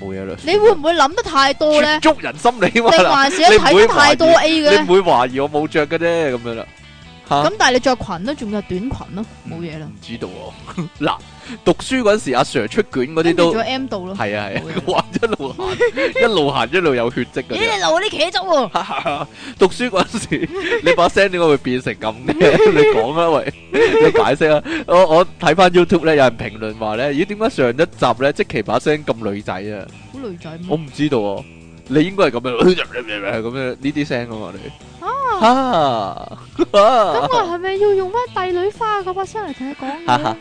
B: 冇嘢啦。
A: 你會唔會諗得太多
B: [laughs]
A: 咧？
B: 捉人心理
A: 定
B: 嘛嗱
A: 還是一睇得太多 A 嘅
B: 你唔
A: 咧？
B: 會懷疑我冇着嘅啫咁樣啦。嚇
A: 咁但係你着裙都仲有短裙咯，
B: 嗯
A: 冇嘢啦
B: 唔。知道喎。 [laughs] 嗱，讀書嗰陣時，阿 Sir 出卷嗰啲
A: 跟住仲
B: 都
A: 有 M 度咯。
B: 係啊係啊
A: 冇嘢，
B: 哇！一路行
A: [laughs]
B: 一路行一路有血跡嗰
A: 咦，
B: 啲 [laughs]
A: 你露啲茄汁喎？
B: 啊。讀書嗰陣
A: [laughs]
B: 時，你把聲點解會變成咁嘅？ [laughs] 你講啊，喂， [laughs] 你解釋啊！我我睇翻 YouTube 咧，有人評論話咧，咦點解上一集咧即其把聲咁女仔啊？
A: 好女仔
B: 我
A: 咩？
B: 唔知道喎，你應該係咁樣 [laughs] 咁樣呢啲聲啊嘛你。 [laughs] 啊！
A: 咁我係咪要用翻帝女花嗰把聲嚟同你講嘢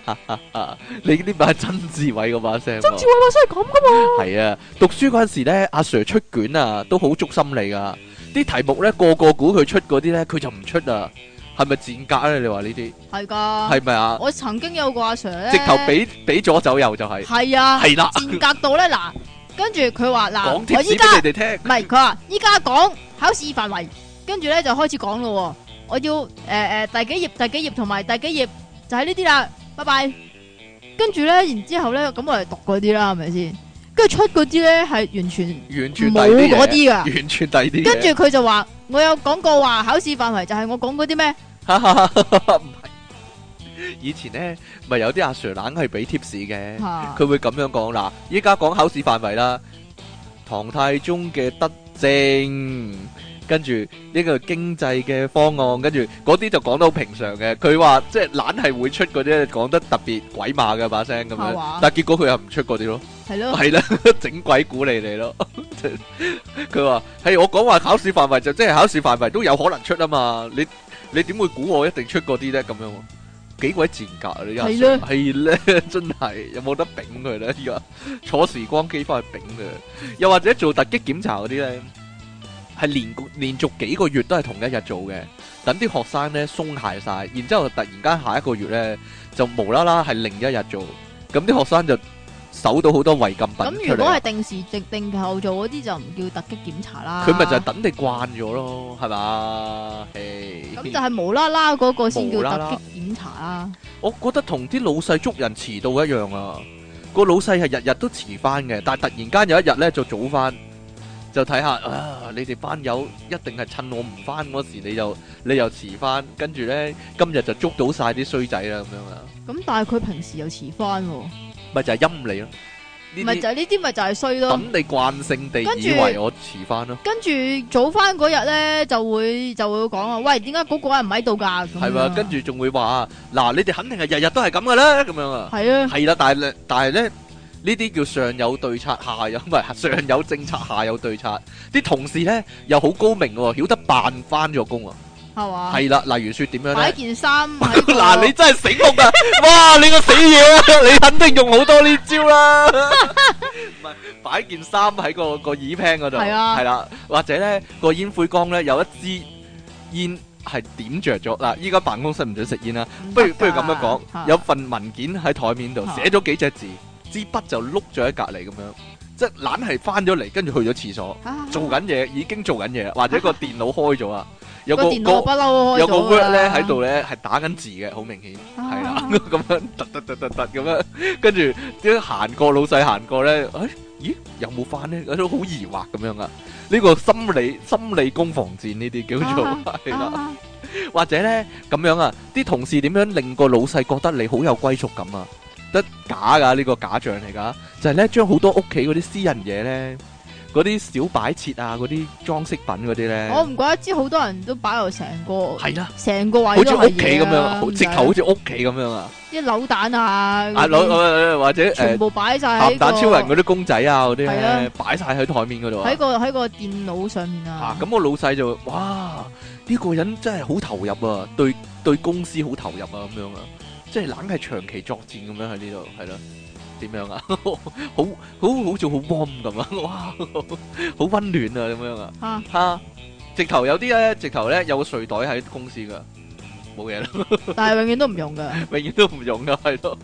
A: 啊？
B: 你呢把係曾志偉嗰把聲喎。
A: 曾志偉把聲係咁噶嘛？
B: 系啊，讀書嗰阵时咧，阿 Sir 出卷啊，都好足心理噶。啲題目咧，個個估佢出嗰啲咧，佢就唔出啊。係咪賤格咧？你話呢啲
A: 係㗎。
B: 係咪啊？
A: 我曾經有個阿 Sir 咧，
B: 直頭俾俾左走右就係，
A: 係啊，
B: 係啦，
A: 賤格到咧嗱，跟住佢話嗱，
B: 講貼
A: 我
B: 士
A: 依家。
B: 俾你哋聽。
A: 唔係，佢話依家講考試範圍，跟住咧就開始講咯喎。我要诶诶、第幾頁、第幾頁同埋第幾頁就係呢啲啦，拜拜。跟住咧，然之后咧，咁我哋讀嗰啲啦，係咪先？跟住出嗰啲咧係完全
B: 完全
A: 冇
B: 第二啲
A: 嗰
B: 嘢，
A: 啲噶。
B: 完全第二啲嘢。
A: 跟住佢就話：我有講過話考試範圍就係我講嗰啲咩？
B: 唔係以前咧，咪有啲阿 Sir 懶係俾貼士嘅。
A: 吓
B: [laughs] 佢會咁樣講嗱，依家講考試範圍啦，唐太宗嘅德政，跟住呢個經濟嘅方案，跟住嗰啲就講得好平常嘅。佢話即係懶係會出嗰啲講得特別鬼馬嘅把聲咁
A: 係
B: 樣
A: 嘛，
B: 但係結果佢又唔出嗰啲咯，
A: 係咯，
B: 係啦， [laughs] 整鬼鼓你哋咯。 [laughs] 佢話：係我講話考試範圍就即係考試範圍都有可能出啊嘛，你你點會估我一定出嗰啲咧？咁樣喎幾鬼賤格啊！你
A: 係咧
B: 係咧， [laughs] 真係有冇得丙佢咧？依家坐時光機翻去丙佢，又或者做突擊檢查嗰啲咧，係連連續幾個月都係同一日做嘅，等啲學生咧鬆懈晒，然之後突然間下一個月咧就無啦啦係另一日做，咁啲學生就搜到好多違禁
A: 咁
B: 品出
A: 如
B: 嚟啊
A: 果
B: 啦
A: 係。定時定定後做嗰啲就唔叫突擊檢查啦。
B: 佢咪就係等你慣咗咯，係嘛？唉
A: 咁就係無啦啦嗰個先叫
B: 無
A: 突
B: 啦啦
A: 擊檢查啦。
B: 我覺得同啲老細捉人遲到一樣啊！個老細係日日都遲翻嘅，但係突然間有一日咧就早翻，就睇下啊！你哋班友一定係趁我唔翻嗰時，你就你又遲翻，跟住咧今日就捉到晒啲衰仔啦咁樣啊！
A: 咁但係佢平時又遲翻喎。
B: 咪就係陰你咯，呢
A: 咪
B: 啲
A: 就係呢啲咪就係衰咯
B: 等。你慣性地
A: 跟住
B: 以為我遲翻咯，
A: 跟住早翻嗰日咧，就會就會講啊，喂，點解嗰個人唔喺度㗎？咁
B: 係嘛？
A: 樣啊
B: 跟住仲會話啊嗱，你哋肯定係日日都係咁噶啦，咁樣啊！
A: 係啊，
B: 系啦，但系咧，但系咧，呢啲叫上有對策，下有唔係 [laughs] 上有政策，下有對策。啲同事咧又好高明喎，曉得扮翻咗工啊。
A: 係嘛？
B: 係啦，例如说點樣
A: 擺
B: [laughs] 咧？
A: 件衫喺個
B: 嗱，你真係醒目啊！ [laughs] 哇，你個死嘢啊！你肯定用好多呢招
A: [laughs]
B: 啦。唔係擺件衫喺個個耳 pan 嗰度，
A: 係啊
B: 係啦，或者咧個煙灰缸咧有一支煙係點着咗嗱。依家辦公室唔准食煙啦。
A: 唔
B: 不
A: 得
B: 如不如咁
A: 㗎
B: 樣講，
A: 嚇
B: 有份文件喺台面度，
A: 啊
B: 寫咗幾隻字，支筆就碌咗喺隔離咁樣，即係懶係翻咗嚟，跟住去咗廁所，
A: 啊
B: 做緊嘢，已經做緊嘢啦，
A: [laughs]
B: 或者個電腦開咗啊，有
A: 個
B: 個
A: 電腦不
B: 個
A: 嬲開
B: 有個
A: 咗㗎
B: word
A: 啦
B: 咧喺，度咧係打緊字嘅，好明顯
A: 啊
B: 係啦， [laughs] 咁樣突突突突突咁樣，跟住啲行過老細行過咧，誒咦有冇翻咧？都好疑惑咁樣啊！呢個心理心理攻防戰呢啲叫做
A: 啊
B: [laughs] 係啦。
A: 啊
B: 或者咧咁樣啊，啲同事點樣令個老細覺得你好有歸屬感啊？得假噶呢、個假象嚟噶，就係咧將好多屋企嗰啲私人嘢咧，嗰啲小擺設啊，嗰啲裝飾品嗰啲咧，
A: 我唔怪得知好多人都擺落成個
B: 係啦，
A: 成個位
B: 好似
A: 都
B: 屋
A: 係
B: 企
A: 嘢
B: 咁樣，
A: 啦
B: 好直頭好似屋企咁樣啊！
A: 啲扭蛋啊，
B: 啊，攞攞或者
A: 全
B: 誒
A: 部擺晒喺
B: 鹹蛋
A: 個
B: 超人嗰啲公仔啊，嗰啲
A: 係啊
B: 咧擺晒喺台面嗰度啊
A: 喺。個喺個電腦上面啊
B: 啊，，咁我老細就哇呢、個人真係好投入啊，對對公司好投入啊咁樣啊，即係硬係長期作戰咁樣喺呢度，係咯。點樣啊？ [laughs] 好好好好似好 warm 咁啊！ [laughs] 哇，好温暖啊咁樣啊！
A: 嚇
B: 嚇、直頭有啲咧，直頭咧有個睡袋喺公司噶，冇嘢啦， [laughs]
A: 但係永遠都唔用㗎。
B: 永遠都唔用噶，係咯。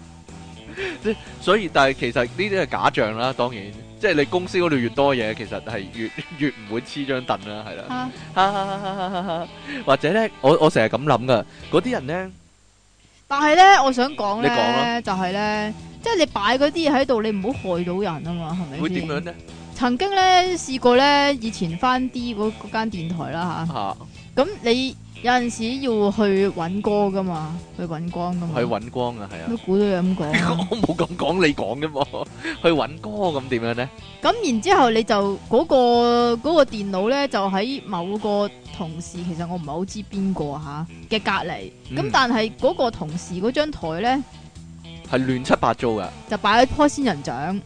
B: 即所以，但係其實呢啲係假象啦，當然，即係你公司嗰度越多嘢，其實係越越唔會黐張凳啦，係啦。
A: 啊
B: 哈哈哈哈哈！或者咧，我我成日咁諗噶，嗰啲人咧，
A: 但系咧，我想講
B: 你講啦
A: 咧，就係咧，即係你擺嗰啲嘢喺度，你唔好害到人啊嘛，係咪
B: 會
A: 先
B: 點樣咧？
A: 殘曾經咧試過咧，以前翻 D 嗰嗰間電台啦
B: 吓
A: 吓，咁、你有陣時要去揾歌噶嘛，去揾光噶嘛，
B: 去揾光啊，係啊
A: 都。估到你咁講。
B: [laughs] 我冇咁講，你講嘅嘛。去揾歌咁點樣咧？
A: 咁然之後你就嗰、個嗰、個電腦咧就喺某個同事，其實我唔係好知邊個啊吓嘅隔離，咁、
B: 嗯
A: 但係嗰個同事嗰張台咧
B: 係亂七八糟噶。
A: 就擺咗棵仙人掌，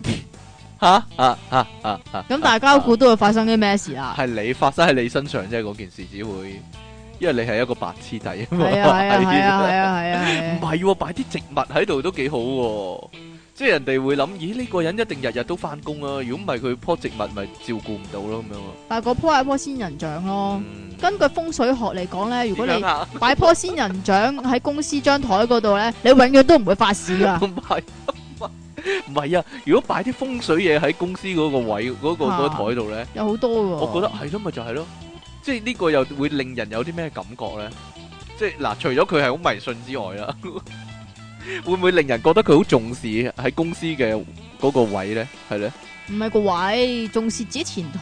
B: 吓啊啊啊啊！
A: 咁大家估到會發生啲咩事
B: [laughs]
A: 啦？
B: 係你發生喺你身上啫，嗰件事只會，因為你係一個白痴仔啊嘛。
A: 係啊係啊係啊係啊係啊
B: 唔
A: 係啊！
B: 係喎，擺啲植物喺度都幾好喎，即係人哋會諗，咦呢個人一定日日都翻工啊，如果唔係佢棵植物咪照顧唔到咯咁樣啊。
A: 但係嗰棵係一棵仙人掌咯。
B: 嗯
A: 根據風水學嚟講咧，如果
B: 點
A: 你
B: 樣啊
A: [laughs] 擺棵仙人掌喺公司張台嗰度咧，你永遠都唔會發事
B: [laughs]
A: 噶。
B: 唔係唔係啊，如果擺啲風水嘢喺公司嗰個位嗰個嗰個台度咧，
A: 有好多噶。
B: 我覺得係咯，咪就係咯，即係呢個又會令人有啲咩感覺咧？即係嗱，除咗佢係好迷信之外啦， [laughs] 會唔會令人覺得佢好重視喺公司嘅嗰個位咧？係咧？
A: 唔係個位，重視自己前途。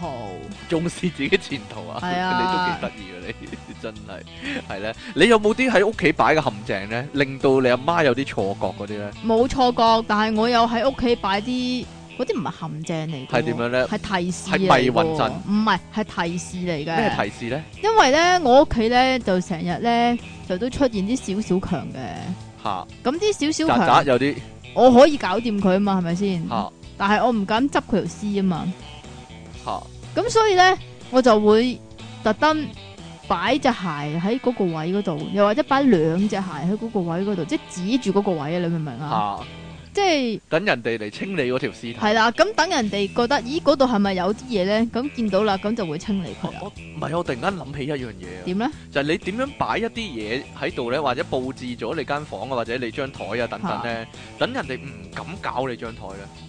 B: 重視自己前途啊！
A: 係啊
B: [laughs] 你 [laughs] 都幾得意啊！你真係係咧，你有冇啲喺屋企擺嘅陷阱咧，令到你阿媽有啲錯覺嗰啲咧？
A: 冇錯覺，但係我有喺屋企擺啲嗰啲唔係陷阱嚟。
B: 係點樣？咧？
A: 係提示
B: 係
A: 嚟
B: 迷
A: 㗎
B: 魂陣
A: 唔係係提示嚟
B: 咩
A: 嘅。
B: 提示咧？
A: 因為咧，我屋企咧就成日咧就都出現啲少少強嘅。
B: 嚇，
A: 咁啲少少
B: 曱甴
A: 強，
B: 有啲
A: 我可以搞掂佢啊嘛，係咪先？
B: 嚇
A: 但係我唔敢執佢條絲啊嘛。
B: 嚇
A: 咁所以咧，我就會特登擺隻鞋喺嗰個位嗰度，又或者擺兩隻鞋喺嗰個位嗰度，即係指住嗰個位啊！你明唔明啊？
B: 嚇，
A: 即係
B: 等人哋嚟清理嗰條屍體。
A: 係啦，咁等人哋覺得，咦嗰度係咪有啲嘢咧？咁見到啦，咁就會清理佢
B: 我
A: 啦。
B: 我唔係，我啊突然間諗起一樣嘢啊！
A: 點咧？
B: 就係你點樣擺一啲嘢喺度咧，或者佈置咗你間房啊，或者你張台啊等等咧，等人哋唔敢搞你張台咧。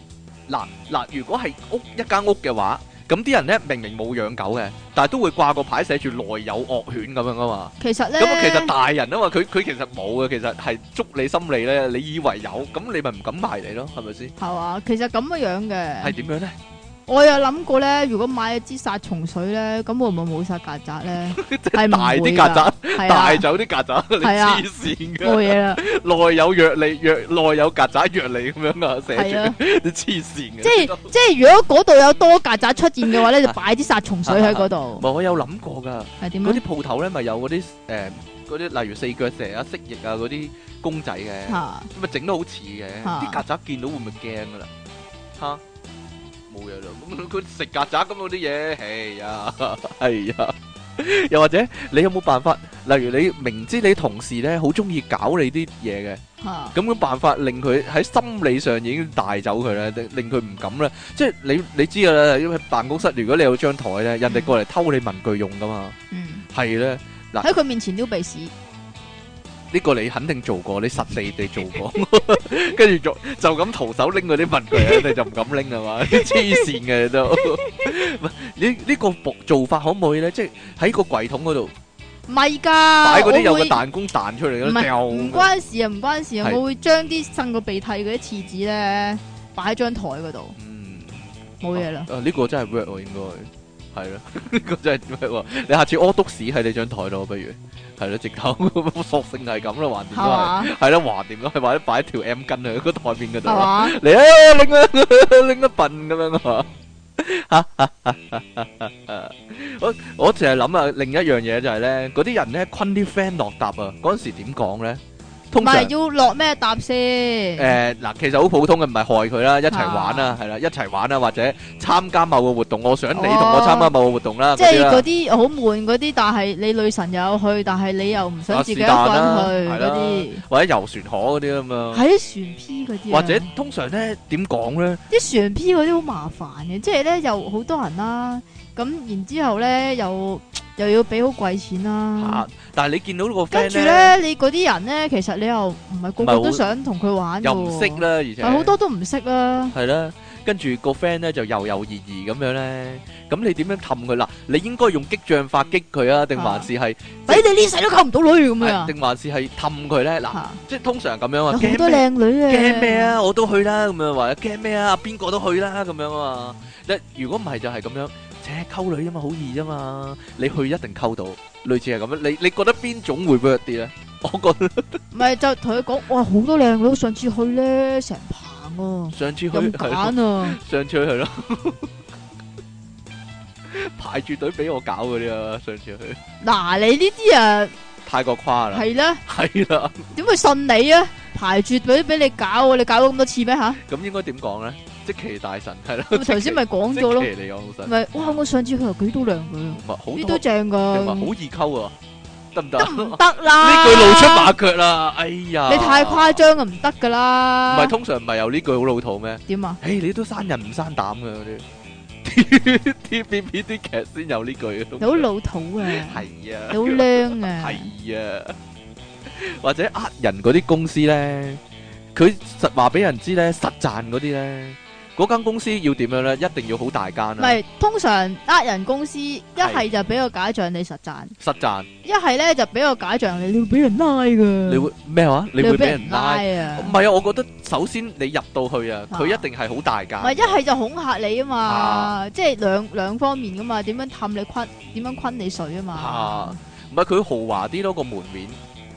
B: 嗱嗱，如果係屋一間屋嘅話，咁啲人咧明明冇養狗嘅，但係都會掛個牌寫住內有惡犬咁樣啊嘛。
A: 其實咧，
B: 咁啊，其實大人啊嘛，佢佢其實冇嘅，其實係捉你心理咧，你以為有，咁你咪唔敢埋你咯，係咪先？
A: 係嘛？其實咁嘅樣
B: 係
A: 嘅。
B: 點樣咧？
A: 我有諗過咧，如果買一支殺蟲水咧，咁會唔會冇殺曱甴咧？
B: [laughs] 即
A: 係
B: 係
A: 唔
B: 大啲
A: 會
B: 曱甴，
A: 係啊
B: 大，走啲曱甴，你
A: 係啊
B: 黐線嘅
A: 冇。嘢
B: [laughs]
A: 啦，
B: 內有藥你藥內有曱甴藥你咁樣啊，寫
A: 係
B: 住
A: 啊。
B: [laughs] 你黐線嘅。
A: 即係即係如果嗰度有多曱甴出現嘅話咧，
B: 啊
A: 就擺啲殺蟲水喺嗰
B: 唔 [laughs]
A: 度，
B: 係我有諗過㗎，
A: 係點啊
B: 嗰
A: 樣
B: 啲鋪頭咧咪有嗰啲誒嗰啲例如四腳蛇啊、蜥蜴啊嗰啲公仔嘅，咁
A: 吓
B: 咪整得好似嘅。
A: 啊
B: 啲曱甴見到會唔會驚㗎啦？吓，冇嘢啦，咁 [laughs] 佢食曱甴咁嗰啲嘢，哎呀， [laughs] 哎呀。又或者你有冇辦法？例如你明知你同事咧好中意搞你啲嘢嘅。
A: 吓
B: 咁嘅辦法令佢喺心理上已經帶走佢啦，令令佢唔敢啦。即係你你知噶啦，因為辦公室如果你有張台咧，人哋過嚟偷你文具用噶嘛，
A: 嗯
B: 係咧。
A: 喺佢面前撩鼻屎，
B: 呢個你肯定做過，你實地地做過， [laughs] 跟住就就咁徒手拎嗰啲文具，你就唔敢拎係嘛？ [laughs] 黐線嘅你都。呢呢個做法可唔可以咧？即係喺個櫃桶嗰度
A: 唔係噶，
B: 擺嗰啲有
A: 啊我
B: 個
A: 會
B: 彈弓彈出嚟
A: 唔
B: 咯，
A: 係
B: 掉
A: 唔關事啊，唔關事啊，
B: 係
A: 我會將啲擤過鼻涕嗰啲廁紙咧擺喺張台嗰度，
B: 嗯。
A: 冇嘢啦，
B: 啊！呢個真係 work 喎，應該係咯， [laughs] 呢個真係 work 喎。你下次屙督屎喺你張台咯，不如係咯，直頭 [laughs] 索性係咁啦，橫掂
A: 係
B: 都係
A: 嘛
B: 係啦，橫掂都係或者擺一條 M 巾喺個台面嗰度
A: 係
B: 啦。
A: 嘛，
B: 嚟啊，拎啊， [laughs] 拎得笨咁樣啊！ [laughs] 我我淨係諗啊，另一樣嘢就係咧，嗰啲人咧，昆啲 friend 落搭啊，嗰陣時點講咧？
A: 唔
B: 通常
A: 係要落咩搭先？
B: 誒嗱，其實好普通嘅，唔係害佢啦，一齊玩啦，係啦，一齊玩啦，或者參加某個活動，我想你同我參加某個活動啦，
A: 即
B: 嗰啲
A: 係嗰
B: 啦，
A: 啲好悶嗰啲，但係你女神又有去，但係你又唔想自己一個人
B: 啊是但啦
A: 去
B: 係啦
A: 嗰啲，
B: 或者遊船河嗰啲咁啊，
A: 喺船 P 嗰啲啊，
B: 或者通常咧點講咧？
A: 啲船 P 嗰啲好麻煩嘅，即係咧又好多人啦，咁然之後咧又又要俾好貴錢啦
B: 嚇，，但係你見到個
A: 跟
B: friend
A: 住咧你嗰啲人咧，其實你又唔係個個都想同佢玩嘅
B: 又
A: 喎
B: 唔識，啦，而且
A: 但好多都唔識啦，
B: 係啦，跟住個 friend 咧就猶猶豫豫咁樣咧，咁你點樣氹佢啦？你應該用激將法激佢啊，定還是係
A: 俾哎你呢世都溝唔到女咁樣
B: 定還是係氹佢咧？嗱，
A: 啊，
B: 即係通常咁樣
A: 嚇
B: 啊，
A: 有
B: 驚
A: 好多
B: 咩
A: 靚女啊，
B: 驚咩？啊？我都去啦，咁樣或者驚咩啊？邊個都去啦，咁樣啊嘛。一如果唔係就係咁樣，扯溝女啫嘛，好易啫嘛，你去一定溝到，類似係咁樣。你你覺得邊種會 work 啲咧？我覺得
A: 唔係就同佢講，哇好多靚女，上次去咧成棚啊，
B: 上次去
A: 咁
B: 係咯
A: 揀啊，
B: 上次去咯，排住隊俾我搞嗰啲啊！上次去
A: 嗱你呢啲啊
B: 太過誇啦，
A: 係啦，
B: 係啦，
A: 點會信你啊？排住隊俾你搞，啊你搞咗咁多次咩吓？
B: 咁應該點講咧？即其大神係啦，
A: 我頭先咪講咗咯
B: 即，其嚟講神，
A: 咪哇我上次去又幾多靚女啊，
B: 唔係好
A: 呢
B: 多
A: 都，正
B: 你
A: 噶
B: 話，好易溝啊，得唔得？
A: 得唔
B: 呢
A: 得啦？
B: 句露出馬腳啦，哎呀！
A: 你太誇張啊，唔得噶
B: 唔
A: 啦。
B: 係通常唔係有呢句好老土咩？
A: 點啊？
B: 誒，你都生人唔生膽嘅嗰 [laughs] 啲 TVB 啲劇先有呢句。
A: 你好老土啊，
B: 係啊
A: 你。好靚啊，
B: 係啊，或者呃人嗰啲公司咧，佢實話俾人知咧，實賺嗰啲咧，嗰間公司要點樣咧？一定要好大間
A: 唔
B: 啦，
A: 係通常呃人公司一係就俾個假象你實賺，
B: 實賺
A: 一係咧就俾個假象你，你會俾人拉噶，
B: 你會咩話？你
A: 你
B: 會
A: 會
B: 俾
A: 俾
B: 人
A: 人
B: 拉？唔
A: 啊，
B: 係啊，我覺得首先你入到去啊，佢一定係好大間
A: 唔係一係就恐嚇你啊
B: 啊
A: 嘛，即係兩兩方面噶嘛，點樣氹你坤，點樣坤你水啊
B: 啊
A: 嘛，
B: 唔係佢豪華啲咯個門面，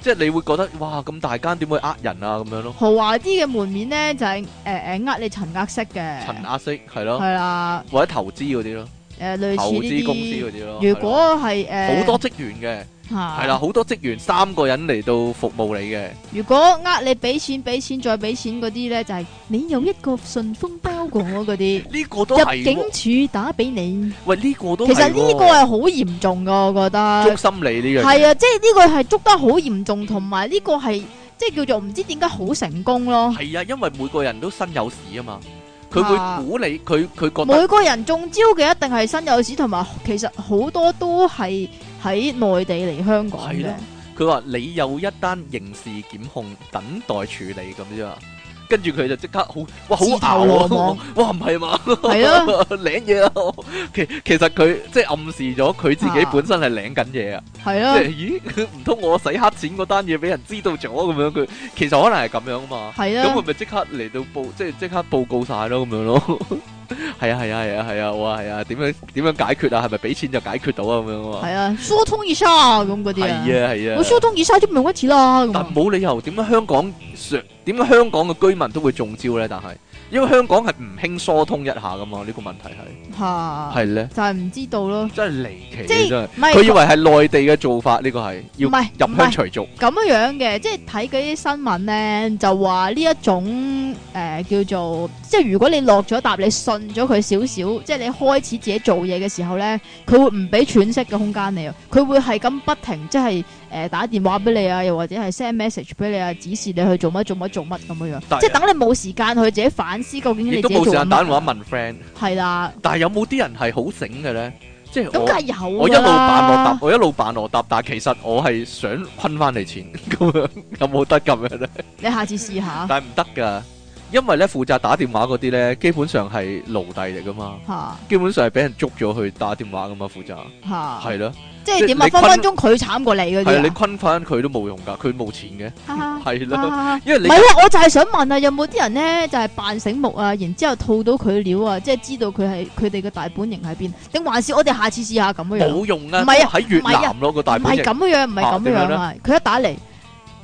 B: 即係你會覺得哇咁大間點會呃人啊咁樣咯，
A: 豪華啲嘅門面咧就係誒誒呃你陳額式嘅，
B: 陳壓式係咯，
A: 啊係啦，
B: 或者投資嗰啲咯，
A: 誒類
B: 投
A: 似
B: 資公司
A: 呢
B: 嗰啲咯，
A: 啲，如
B: 係咯
A: 果係誒啊
B: 好多職員嘅。
A: 嚇
B: 系啦，好多職員三個人嚟到服務你嘅，
A: 如果呃你俾錢俾錢再俾錢嗰啲咧，就係、你有一個順豐包裹嗰啲
B: 呢個都係喎
A: 入境處打俾你。
B: 喂呢個都
A: 其實
B: 係
A: 呢個
B: 喎
A: 係好嚴重噶，我覺
B: 捉
A: 得
B: 心理呢樣
A: 係
B: 嘢，
A: 啊，即係呢個係捉得好嚴重，同埋呢個係即係叫做唔知點解好成功咯。
B: 係啊，因為每個人都身有事啊嘛，佢
A: 啊
B: 會估你，佢佢覺得
A: 每個人中招嘅一定係新有史，同埋其實好多都係喺內地嚟香港
B: 係
A: 嘅
B: 啦。佢話你有一單刑事檢控等待處理咁啫嘛，跟住佢就即刻好哇好
A: 自投
B: 牛啊
A: 羅
B: [laughs]
A: 網，
B: 哇唔係嘛，
A: 係咯，
B: 領嘢啊， [laughs] 我其其實佢即係暗示咗佢自己
A: 啊
B: 本身係領緊嘢啊。
A: 係
B: [laughs]
A: 啦，
B: 即係，咦？唔通我洗黑錢嗰單嘢俾人知道咗咁樣？佢-其實可能係咁樣啊嘛。
A: 係啦，
B: 咁佢咪即刻嚟到報-即係-即刻報告晒咯，咁樣咯。 [laughs] 係啊，係啊，係啊，係啊，哇，係啊，點樣-點樣解決啊？係咪俾錢就解決到啊？咁樣啊嘛。
A: 係啊，疏通一下咁嗰啲啊，
B: 係啊，係啊。
A: 我疏通一下就冇問題啦。咁啊
B: 但冇理由點解香港上-點解香港嘅居民都會中招呢？但係，因為香港係唔興疏通一下㗎嘛，呢個問題係。
A: 吓，
B: 係呢，真係離奇嘅，
A: 就係唔知道咯，啊即
B: 真係。
A: 係唔係
B: 佢以為係內地嘅做法，呢個係，要
A: 唔係
B: 入鄉
A: 唔係
B: 隨俗。
A: 咁樣樣嘅，即係睇嗰啲新聞咧，就話呢一種誒、呃叫做，即係如果你落咗答，你信咗佢少少，即係你開始自己做嘢嘅時候咧，佢會唔俾喘息嘅空間你啊，佢會係咁不停，即係誒、呃打電話俾你啊，又或者係 send message 俾你啊，指示你去做乜做乜做乜咁樣
B: 但係
A: 樣，即係等你冇時間去自己反思究竟你
B: 亦
A: 自
B: 都
A: 己
B: 冇
A: 做緊
B: 時間打電話
A: 乜。
B: 問 friend，
A: 係啦，
B: 但係有冇啲人係好醒嘅咧？即係
A: 啊咁梗
B: 我
A: 係有㗎
B: 我一路扮我答
A: 啦，
B: 我一路扮我答，但係其實我係想坤翻你錢 [laughs] 咁樣，有冇得咁樣咧？
A: 你下次試下
B: 但係唔得㗎，因為咧負責打電話嗰啲咧，基本上係奴隸嚟㗎嘛，
A: 嚇
B: 基本上係俾人捉咗去打電話㗎嘛，負責
A: 嚇，
B: 係咯，
A: 即係點
B: 你
A: 啊？
B: 坤
A: 分分鐘佢慘過你嗰
B: 係啊
A: 啲
B: 你
A: 啊
B: 坤翻佢都冇用㗎，佢
A: [laughs]
B: 冇錢嘅，
A: 哈哈
B: 係咯，
A: 啊
B: 因為
A: 唔
B: 你
A: 係啊！我就係想問啊，有冇啲人咧就係扮醒目啊，然之後套到佢料啊，即係知道佢係佢哋嘅大本營喺邊？定還是我哋下次試下咁樣樣？
B: 冇用啊，
A: 唔係啊
B: 喺越
A: 唔係啊
B: 南咯個大
A: 唔
B: 本
A: 係
B: 營，
A: 咁樣樣，唔係
B: 啊
A: 咁
B: 點樣
A: 樣
B: 咧
A: 啊！佢一打嚟，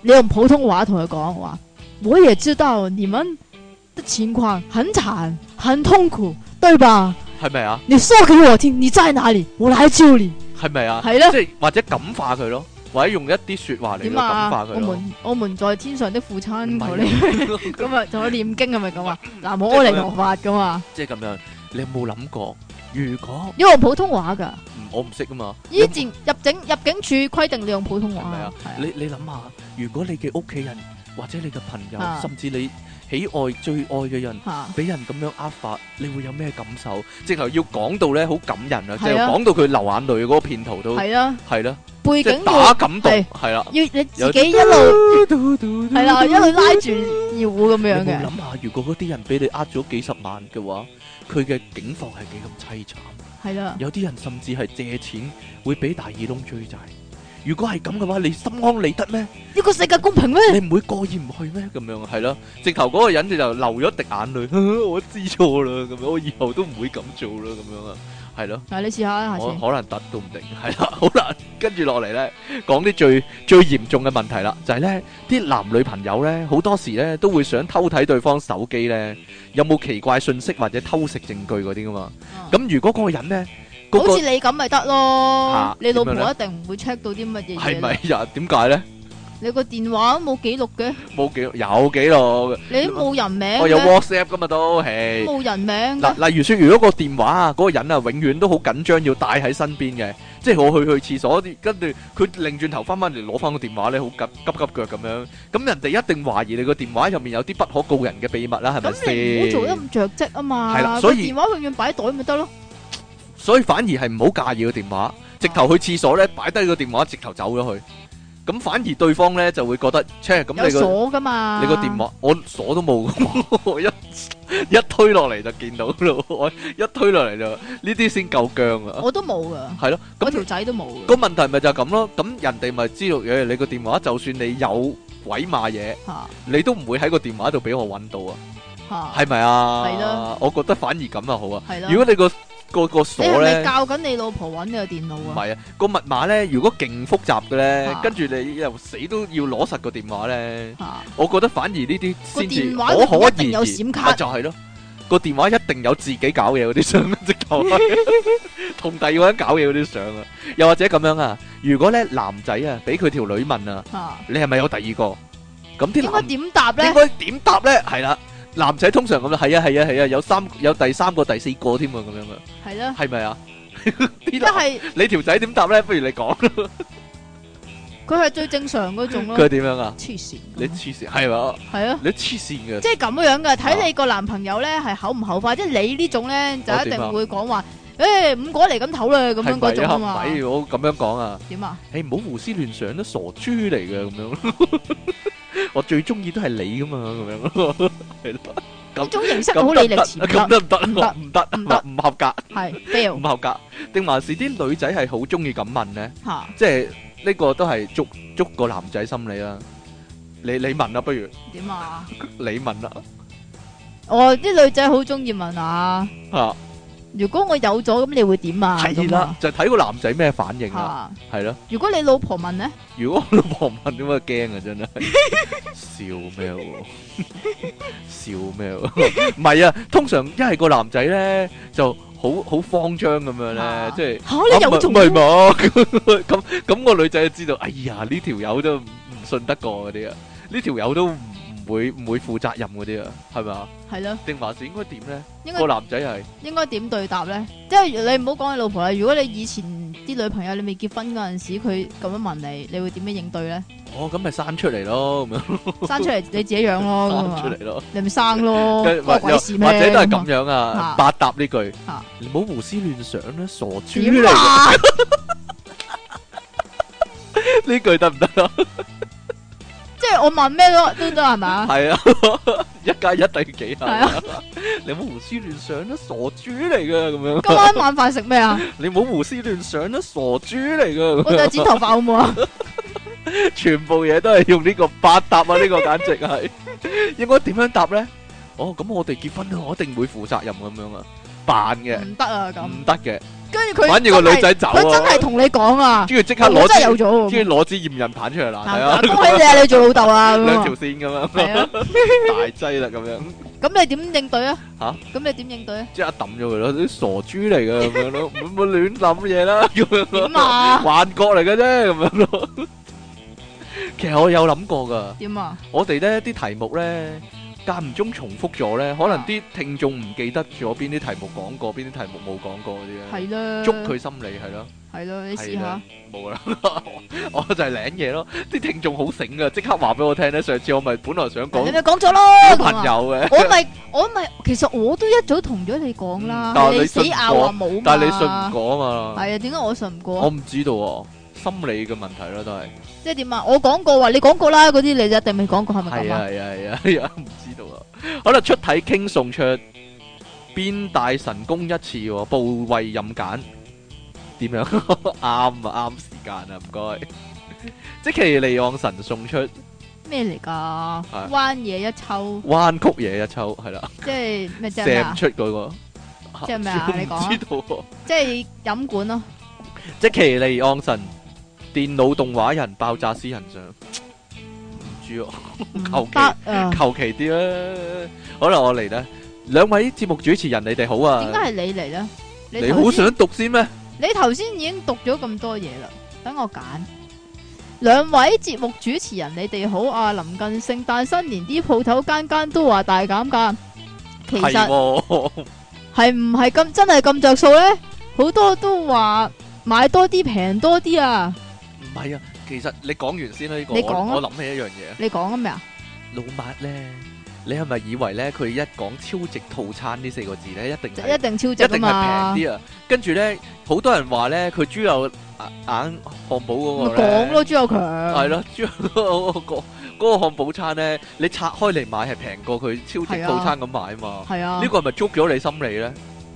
A: 你用普通話同佢講話，我也知道你們的情況很慘，很痛苦，對吧？
B: 係咪啊？
A: 你說給我聽，你在哪裡？我來救你。
B: 係咪啊？
A: 係咯，
B: 即係或者感化佢咯，或者用一啲説話嚟
A: 點
B: 到感化
A: 啊？我
B: 佢咯。
A: 們我們在天上的父親
B: 唔係啊
A: 求你，咁啊，同佢念經係咪咁啊？南無阿彌陀佛咁啊！
B: [laughs] 即係咁樣，你有冇諗過？如果
A: 要用普通話噶，
B: 唔我唔識啊嘛，
A: 以前入境入境處規定你用普通
B: 係咪
A: 話
B: 啊，
A: 係？
B: 你你諗下，如果你嘅屋企人或者你嘅朋友，
A: 啊
B: 甚至你喜愛最愛嘅人，
A: 吓
B: 俾人咁樣呃法，你會有咩感受？直頭要講到咧好感人啊，
A: 係啊
B: 就講到佢流眼淚嗰個片頭都
A: 係啦，
B: 係啦，
A: 背
B: 即
A: 景
B: 係
A: 要
B: 打感動
A: 係
B: 係啦，
A: 要你自
B: 有
A: 己一路
B: 路
A: 係啦，一路拉住二胡咁
B: 你
A: 樣
B: 冇
A: 嘅，
B: 諗下，如果嗰啲人俾你呃咗幾十萬嘅話，佢嘅境況係幾咁凄慘。
A: 係啦，
B: 有啲人甚至係借錢會俾大耳窿追債，如果係咁嘅話，你心安理得咩？
A: 呢個世界公平咩？ [laughs]
B: 你唔會過意唔去咩？咁樣係咯，直頭嗰個人就流咗滴眼淚， [laughs] 我知錯啦，咁樣我以後都唔會咁做啦，咁樣啊，係咯。
A: 嗱，你試下啦，下
B: 我
A: 次
B: 可能突都唔定， [laughs] 係啦，好啦，跟住落嚟咧，講啲最最嚴重嘅問題啦，就係咧啲男女朋友咧，好多時咧都會想偷睇對方手機咧，有冇奇怪信息或者偷食證據嗰啲噶嘛？
A: 啊
B: 咁如果嗰個人咧，嗰
A: 好
B: 個
A: 似你咁咪得
B: 嚇
A: 咯，你老
B: 點樣
A: 婆一定唔會 check 到啲乜嘢
B: 係
A: 嘢
B: 咪 [laughs]
A: 啦。
B: 呀？點解咧？
A: 你個電話都冇記錄嘅，
B: 冇記有記錄，
A: 你都冇人名
B: 我有
A: 嘅，
B: WhatsApp 噶嘛都，唉。
A: 冇人名嘅，
B: 嗱，例如說，如果個電話啊，嗰、個人啊，永遠都好緊張，要帶喺身邊嘅，即係我去去廁所，跟住佢擰轉頭翻翻嚟攞翻個電話咧，好急急急腳咁樣，咁人哋一定懷疑你個電話入面有啲不可告人嘅秘密啦，係咪
A: 咁你唔好做得
B: 先？
A: 咁着跡啊嘛。
B: 係啦所以
A: 個電話永遠擺喺袋咪得咯。
B: 所以反而係唔好介意個電話，直頭去廁所咧，擺低個電話，直頭走咗去，咁反而對方咧就會覺得，切咁
A: 有
B: 你個。
A: 鎖噶嘛？
B: 你個電話我鎖都冇㗎喎，我一 [laughs] 一推落嚟就見到咯，我一推落嚟就呢啲先夠僵啊！
A: 我都冇噶，
B: 係咯，
A: 我
B: 咁
A: 條仔都冇㗎。
B: 個問題咪就係咁咯，咁人哋咪知道誒你個電話，就算你有鬼馬嘢，
A: 吓
B: 你都唔會喺個電話度俾我揾到啊，
A: 吓
B: 係咪啊？
A: 係咯，
B: 我覺得反而咁啊好啊。
A: 係啦。
B: 如果你個個個
A: 你
B: 鎖
A: 係咪啊
B: 咧，
A: 教緊你老婆揾你個電
B: 唔
A: 腦啊？
B: 係啊，個密碼咧，如果勁複雜嘅咧
A: 啊，
B: 跟住你又死都要攞實個電話咧。
A: 吓
B: 我覺得反而呢啲先至
A: 個電話
B: 可可而
A: 一定有閃卡
B: 咪
A: [laughs]
B: 就係咯。個電話一定有自己搞嘢嗰啲相，直頭係同第二個人搞嘢嗰啲相啊。又或者咁樣啊，如果咧男仔啊，俾佢條女問啊，
A: 吓，
B: 你係咪有第二個？咁啲
A: 應該
B: 男
A: 點答咧
B: 應？該點答咧？係啦，男仔通常咁啦，係啊係啊係啊，有三有第三個第四個添啊，咁樣啊，
A: 係啦，
B: 係
A: [laughs]
B: 咪啊？
A: 一
B: 啲男
A: 係
B: 你條仔點答咧？不如你講，
A: 佢係最正常嗰種咯。
B: 佢點樣啊？
A: 黐線㗎，
B: 你黐線係嘛？
A: 係啊。
B: 你黐線嘅。
A: 即係咁樣嘅，
B: 啊
A: 睇你個男朋友咧係口唔口快，即係你呢種咧就
B: 我
A: 一
B: 點啊
A: 定會講話，誒五果嚟咁唞啦咁樣嗰種啊嘛
B: 係咪啊？唔，係我咁樣講啊，
A: 點啊？
B: 你唔好胡思亂想啦，傻豬嚟嘅咁樣。 [laughs] 我最中意都係你噶嘛，咁樣 [laughs] 咯，係咯。
A: 呢種形式好
B: 咁
A: 理
B: 得唔
A: 力前
B: 得？咁
A: 得
B: 得唔得？我唔得，
A: 唔得
B: 唔合格，
A: 係
B: 唔
A: fail
B: 合格。定還是啲女仔係好中意咁問咧？
A: 嚇，
B: 即係呢個都係捉捉個男仔心理啦。你你問啦，不如
A: 點
B: [laughs]
A: 啊？
B: 你問啦
A: 我啲女仔好中意問啊，
B: 嚇，
A: 如果我有咗咁你會點啊？
B: 係
A: 咁
B: 啦
A: 啊，
B: 就睇個男仔咩反應啦，
A: 嚇，
B: 係咯。
A: 如果你老婆問咧，
B: 如果我老婆問咁啊驚啊真係，笑
A: [laughs]
B: 咩喎？笑咩喎？唔係啊，通常一係個男仔咧就好好慌張咁樣咧
A: 啊，
B: 即係
A: 嚇你有
B: 啊唔
A: 做
B: 係嘛？咁 [laughs] 咁咁個女仔就知道，哎呀呢條友都唔唔信得過嗰啲啊，呢條友都唔唔會唔會負責任嗰啲啊，係咪啊？
A: 係咯，
B: 定還是應該點咧？
A: 應該
B: 個男仔係
A: 應該點對答咧？即係你唔好講你老婆啦，如果你以前啲女朋友你未結婚嗰陣時，佢咁樣問你，你會點樣應對咧？
B: 哦咁咪生出嚟咯，咁樣
A: 生出嚟你自己養咯，咁
B: 生
A: 啊
B: 出嚟咯。
A: 你咪生咯，
B: 跟
A: 哦關我
B: 或又
A: 鬼事咩？
B: 或者都係咁樣啊
A: 啊，
B: 百搭呢句
A: 啊，
B: 你唔好胡思亂想啦，傻豬嚟
A: 點
B: 㗎
A: 啊？
B: [laughs] 呢句得唔得啊？
A: 即係我問咩都都得係嘛？
B: 係啊， [laughs] 一加一等於幾
A: 係
B: 啊？你唔好胡思亂想啦，傻豬嚟㗎咁
A: 今
B: 樣。
A: 晚晚飯食咩啊？
B: [laughs] 你唔好胡思亂想啦，傻豬嚟㗎
A: 我
B: 咁
A: 就
B: 樣。
A: 剪頭髮好唔好啊？
B: [laughs] 全部嘢都係用呢個百搭啊！呢個簡直係 [laughs] 應該點樣答咧？哦，咁我哋結婚啦，我一定會負責任咁樣啊，扮嘅
A: 唔得啊咁
B: 唔，得嘅，
A: 跟住佢
B: 反而個
A: 真係
B: 女仔走
A: 佢真
B: 啊，
A: 係同你講啊，
B: 跟住即刻
A: 我真
B: 攞
A: 係
B: 支
A: 有咗
B: 跟
A: 喎。
B: 住攞支驗孕棒出嚟啦，係啊
A: 嗱，恭喜你啊！你做老豆啦咁
B: 兩
A: 啊
B: 條線咁樣，
A: 係啊，
B: 大劑啦咁樣，
A: [laughs] 咁你點應對啊？
B: 吓
A: 咁你點應對
B: [laughs]
A: 啊？
B: 即刻抌咗佢咯，啲傻豬嚟嘅咁樣咯，唔好亂諗嘢啦，咁樣
A: 點
B: 咯，
A: 啊？
B: [laughs] 幻覺嚟嘅啫，咁樣咯。其實我有諗過噶，
A: 點啊？
B: 我哋咧啲題目咧間唔中重複咗咧，可能啲聽眾唔記得咗邊啲題目講過，邊啲題目冇講過嗰啲咧，
A: 係啦，
B: 捉佢心理係咯，
A: 係咯，你試
B: 係
A: 下
B: 啦。，冇啦，我就係領嘢咯，啲聽眾好醒噶，即刻話俾我聽咧，上次我咪本來
A: [laughs]
B: 想
A: 你
B: 講
A: 咪講咗咯，
B: 小
A: 咁啊
B: 朋友嘅。
A: 我咪我咪，其實我都一早同咗你講啦
B: 嗯，但係
A: 係
B: 你
A: 你
B: 信
A: 死
B: 唔
A: 拗
B: 過
A: 話冇嘛。
B: 但係你信唔過啊嘛，
A: 係啊，點解我信唔過
B: 我？唔知道喎，心理嘅問題咯，都係
A: 即系点啊？我講過話，你講過啦，嗰啲你就一定未講過，係咪
B: 係
A: 咁啊？
B: 啊係啊係啊係啊，唔知道啊。好啦，出體傾送出邊大神功一次喎， [laughs] 部位任揀點樣啱啊啱時間啊，唔該。即其利昂神送出
A: 咩嚟噶
B: 係？
A: 彎嘢一抽，
B: 彎曲嘢一抽，係啦，
A: 即係咩即係咩
B: 射唔
A: 啊？
B: 出嗰個。
A: 即係咩
B: [laughs]
A: 啊
B: 我唔
A: 你講啊
B: 知道喎。
A: 即係飲管咯，
B: 即其利昂神電腦動畫人爆炸私人相，唔知啊。
A: 唔
B: 求其
A: 得啊！
B: 求其啲啦。好啦，我嚟啦。兩位節目主持人，你哋好啊。
A: 點解係你嚟咧？
B: 你
A: 頭
B: 好
A: 先
B: 想讀先咩？
A: 你頭先已經讀咗咁多嘢啦，等我揀。兩位節目主持人，你哋好啊！臨近聖誕新年，啲鋪頭間間都話大減價，其
B: 係
A: 實
B: 喎， [laughs]
A: 係唔係咁真係咁着數呢？好多都話買多啲平多啲啊！
B: 唔係啊。其實你講完先啦，呢個
A: 你
B: 我
A: 講啊
B: 我諗起一樣嘢。
A: 你講咗咩啊？
B: 老麥咧，你係咪以為咧佢一講超值套餐呢四個字咧，一定
A: 就
B: 係
A: 一定超值
B: 一
A: 啊
B: 定
A: 嘛！
B: 係平啲啊？跟住咧，好多人話咧，佢豬柳啊眼漢堡
A: 咪
B: 嗰個咧
A: 講，咯，朱友強
B: 係咯，豬柳嗰個嗰個漢堡餐咧，你拆開嚟買係平過佢超值套餐咁買啊嘛？
A: 係啊
B: 呢，個係咪捉咗你心理咧？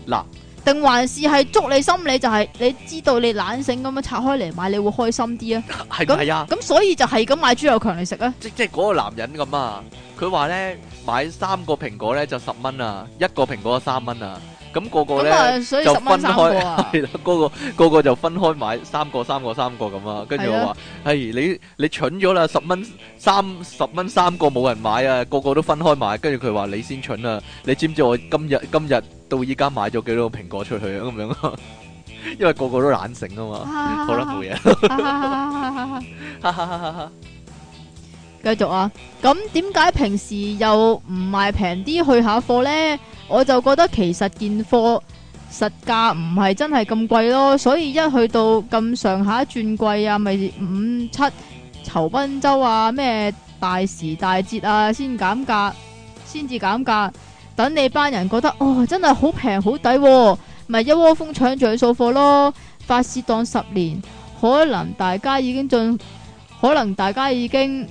B: 嗱，
A: 定還是係捉你心理，就係你知道你懶醒咁樣拆開嚟買，你會開心啲啊！
B: [laughs] 係唔係啊？
A: 咁所以就係咁買豬油強嚟食啊！
B: 即即嗰個男人咁啊，佢話咧買三個蘋果咧就十蚊啊，一個蘋果三蚊啊，咁個個
A: 咁
B: 咧。
A: 啊，所以
B: 就
A: 十蚊
B: 分
A: 三
B: 開
A: 個啊，
B: [laughs] 係啦，個個個個就分開買三個三個三個咁啊，跟住我話：，係你你蠢咗啦，十蚊三十蚊三個冇人買啊，個個都分開買。跟住佢話你先蠢啊，你知唔知我今日今日到依家買咗幾多個蘋果出去啊？ [laughs] 咁樣啊，因為個個都懶醒啊嘛。 [laughs] 好
A: 好
B: 啦，冇嘢啦
A: 啊嘢。
B: 哈哈哈哈哈。
A: 繼續啊！咁點解平時又唔賣平啲去下貨呢？我就覺得其實件貨實價唔係真係咁貴咯，所以一去到咁上下轉季啊，咪五七酬賓周啊，咩大時大節啊，先減價，先至減價。等你班人覺得哦，真係好平好抵喎，咪一窩蜂搶住去掃貨咯。發市當十年，可能大家已經進，可能大家已經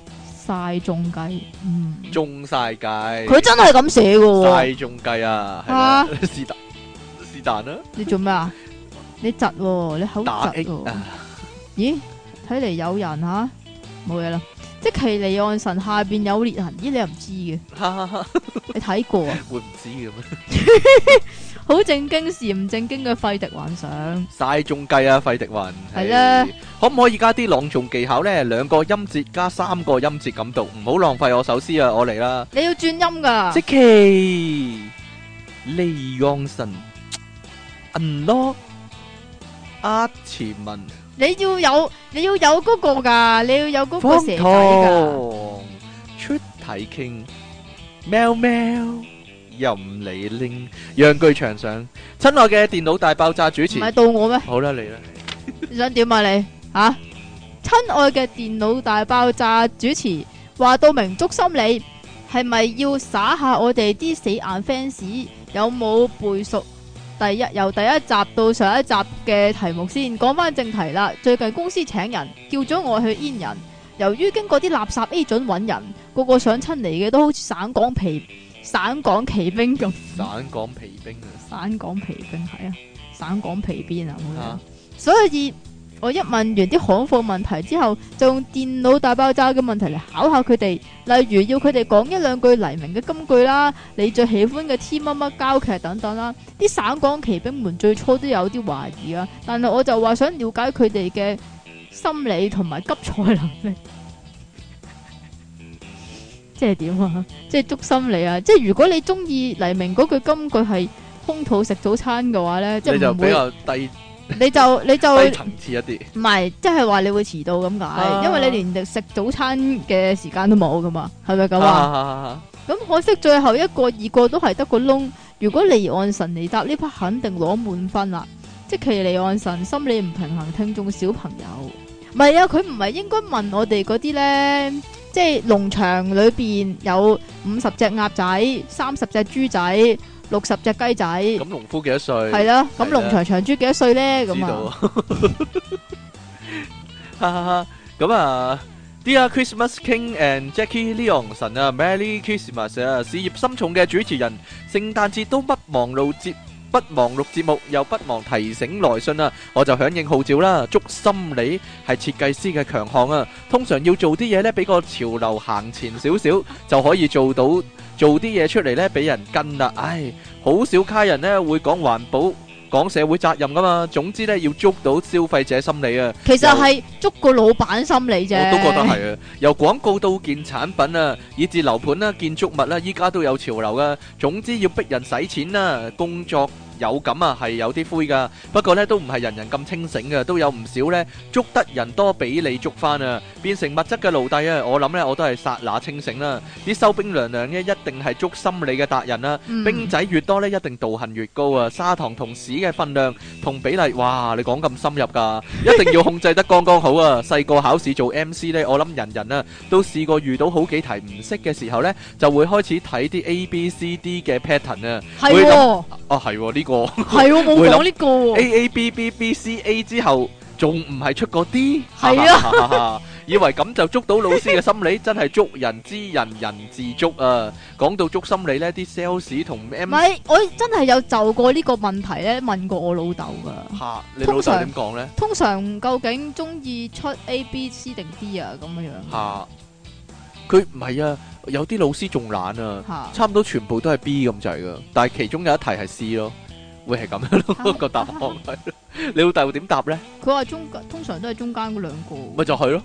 A: 晒中計。嗯，
B: 中晒計，
A: 佢真係咁寫嘅喎，
B: 晒中計啊，係啦
A: 啊，
B: 是但是但啦，
A: 你做咩啊？你窒喎，你口
B: 打
A: 窒
B: A
A: 喎。
B: 啊，
A: 咦，睇嚟有人吓，冇嘢啦。即奇尼岸神下边有裂痕，咦你又唔知嘅？
B: 哈哈哈，
A: 你睇過啊？
B: [laughs] 會唔知嘅咩？
A: 好正經時唔正經嘅費迪幻想，
B: 晒中計啊，費迪雲
A: 係咧，
B: 可唔可以加啲朗誦技巧呢？兩個音節加三個音節咁讀，唔好浪費我首詩啊！我嚟啦，
A: 你要轉音噶
B: 即。其利昂神 unlock 阿前文
A: 你要有你要有嗰個㗎，你要有嗰個
B: 方
A: 蛇仔㗎。
B: 糖出體傾喵喵任你拎，讓句長上。親愛嘅電腦大爆炸主
A: 唔係
B: 持，
A: 到我咩？
B: 好啦，你啦，
A: 你想點啊你？吓、親愛嘅電腦大爆炸主持，話到明捉心理，係咪要耍下我哋啲死硬 fans？有冇背熟第一由第一集到上一集嘅題目先？講翻正題啦，最近公司請人，叫咗我去煙人。由於經過啲垃圾 A 準揾人，個個想親嚟嘅都好似省港皮 [laughs] 省港奇兵咁。
B: 散講皮兵啊！
A: 省港皮兵係啊，省港皮鞭啊，冇
B: 啊
A: 嘢。所以我一問完啲行貨問題之後，就用電腦大爆炸嘅問題嚟考下佢哋，例如要佢哋講一兩句黎明嘅金句啦，你最喜歡嘅 T 乜乜交劇等等啦。啲省港奇兵們最初都有啲懷疑啊，但係我就話想了解佢哋嘅心理同埋急才能力。 [laughs] 即係點啊？即係捉心理啊！即係如果你中意黎明嗰句金句係空肚食早餐嘅話咧，即
B: 你
A: 係
B: 就
A: 唔
B: 比
A: 會
B: 較低
A: 你就你就
B: 低層次一啲。
A: 唔係，即係話你會遲到咁解，
B: 啊
A: 因為你連食早餐嘅時間都冇噶嘛，係咪咁啊？
B: 啊
A: 咁、可惜最後一個二個都係得個窿。如果離岸神嚟答呢 part，肯定攞滿分啦。即其離岸神心理唔平衡，聽眾小朋友，唔係啊，佢唔係應該問我哋嗰啲咧，即係農場裏邊有五十隻鴨仔、三十隻豬仔、六十隻雞仔，
B: 咁農夫幾多歲？
A: 係啊啦，咁
B: 係啦啊
A: 農場長豬幾多歲咧？
B: 知
A: 咁
B: 道 [laughs]
A: 啊，
B: 啊。哈哈哈咁啊，Dear Christmas King and Jackie Leon 神啊，Merry Christmas 啊！事業心重嘅主持人，聖誕節都不忘路接不忘錄節目，又不忘提醒來信啊！我就響應號召啦，祝心理係設計師嘅強項啊！通常要做啲嘢呢，俾個潮流行前少少就可以做到，做啲嘢出嚟呢，俾人跟啦。唉，好少卡人呢會講環保、講社會責任噶嘛。總之呢，要捉到消費者心理啊！
A: 其實係捉個老闆心理啫。
B: 我都覺得係啊，由廣告到件產品啊，以至樓盤啦、建築物啦，依家都有潮流噶。總之要逼人使錢啦，工作有感啊，係有啲灰噶。不過呢，都唔係人人咁清醒嘅，都有唔少呢捉得人多俾你捉翻啊，變成物質嘅奴隸啊。我諗呢，我都係剎那清醒啦。啲收兵娘娘呢，一定係捉心理嘅達人啦。
A: 嗯
B: 冰仔越多呢，一定道行越高啊！砂糖同屎嘅分量同比例，哇！你講咁深入㗎，一定要控制得剛剛好啊！ [laughs] 細個考試做 MC 呢，我諗人人啊都試過遇到好幾題唔識嘅時候呢，就會開始睇啲 A、B、C、D 嘅 pattern 啊！
A: 係
B: 會
A: 喎，
B: 哦，係喎，呢個
A: 係喎，冇
B: 會諗
A: 講呢個喎。
B: A、A、B、B、B、C、A 之後，仲唔係出個 D？
A: 係
B: 啊，以為咁就捉到老師嘅心理，真係捉人之人人自捉啊！講到捉心理呢，啲 sales 同
A: 唔
B: MC
A: 係，我真係有就過呢個問題咧，問過我老豆噶。
B: 嚇，你老豆
A: 通常
B: 點講呢？
A: 通常究竟中意出 A、B、C 定 D 啊？咁樣樣
B: 吓，佢唔係啊，有啲老師仲懶啊，
A: 嚇
B: 差唔多全部都係 B 咁滯噶，但係其中有一題係 C 咯，會係咁樣咯個答案係咯，你老豆會點答咧？
A: 佢話中通常都係中間嗰兩個，
B: 咪就係咯，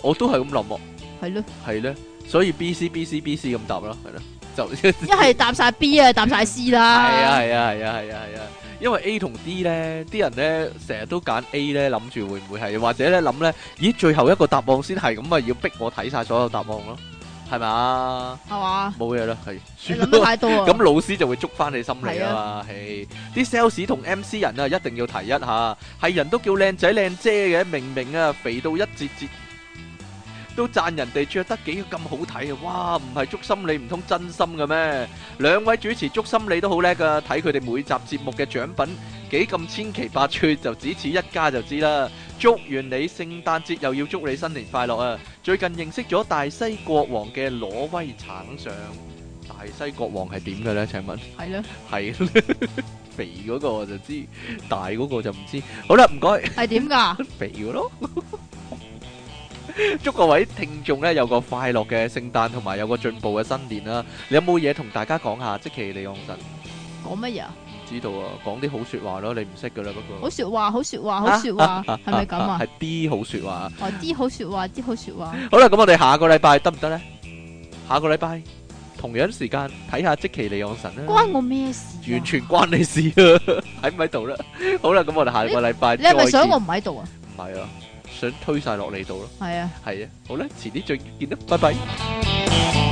B: 我都係咁諗喎，
A: 係咯，
B: 係咧，所以 B C B C B C 咁答啦，係啦，就係
A: 一係搭晒 B 啊，搭晒 C 啦。
B: 啊係啊係啊係啊係啊，因為 A 同 D 咧，啲人咧成日都揀 A 咧，諗住會唔會係，或者咧諗咧，咦最後一個答案先係咁啊，要逼我睇晒所有答案咯，係咪啊？
A: 係
B: [laughs]
A: 嘛？
B: 冇嘢啦，係。
A: 你諗得太多啊！
B: 咁老師就會捉翻你心理啊嘛，唉，啲 sales 同 MC 人啊，一定要提一下，係人都叫靚仔靚姐嘅，明明啊肥到一截截，都讚人哋着得幾咁好睇啊！哇，唔係捉心理唔通真心嘅咩？兩位主持捉心理都好叻噶，睇佢哋每集節目嘅獎品幾咁千奇百趣，就只此一家就知啦。祝願你聖誕節又要祝你新年快樂啊！最近認識咗大西國王嘅挪威橙相。大西國王係點嘅咧？請問
A: 係咯，
B: 係 [laughs] 肥嗰個我就知，大嗰個就唔知。好啦，唔該， [laughs]
A: 係點㗎？
B: 肥嘅咯。 [laughs] 祝各位聽眾咧有個快樂嘅聖誕，同埋有個進步嘅新年啦！你有冇嘢同大家講下？即其利昂神唔
A: 講乜嘢啊？
B: 知道啊，講啲好説話咯，你唔識噶啦嗰個
A: 好。説話，好説話，好説話，係咪咁啊？
B: 係嗯啲好説話。
A: 哦啲好説話，啲好説話。
B: 好啦，咁我哋下個禮拜得唔得咧？下個禮拜同樣時間睇下即其利昂神啦。
A: 關我咩事啊？
B: 完全關你事啊！ [laughs] 喺唔喺度啦？好啦，咁我哋下個禮拜
A: 你係咪
B: 再
A: 想
B: 見
A: 我唔喺度啊？
B: 唔係啊？想推晒落你度咯，
A: 係啊。
B: 係啊，好啦，遲啲再見啦，拜拜。
C: Hãy subscribe cho kênh Ghiền Mì Gõ Để không bỏ lỡ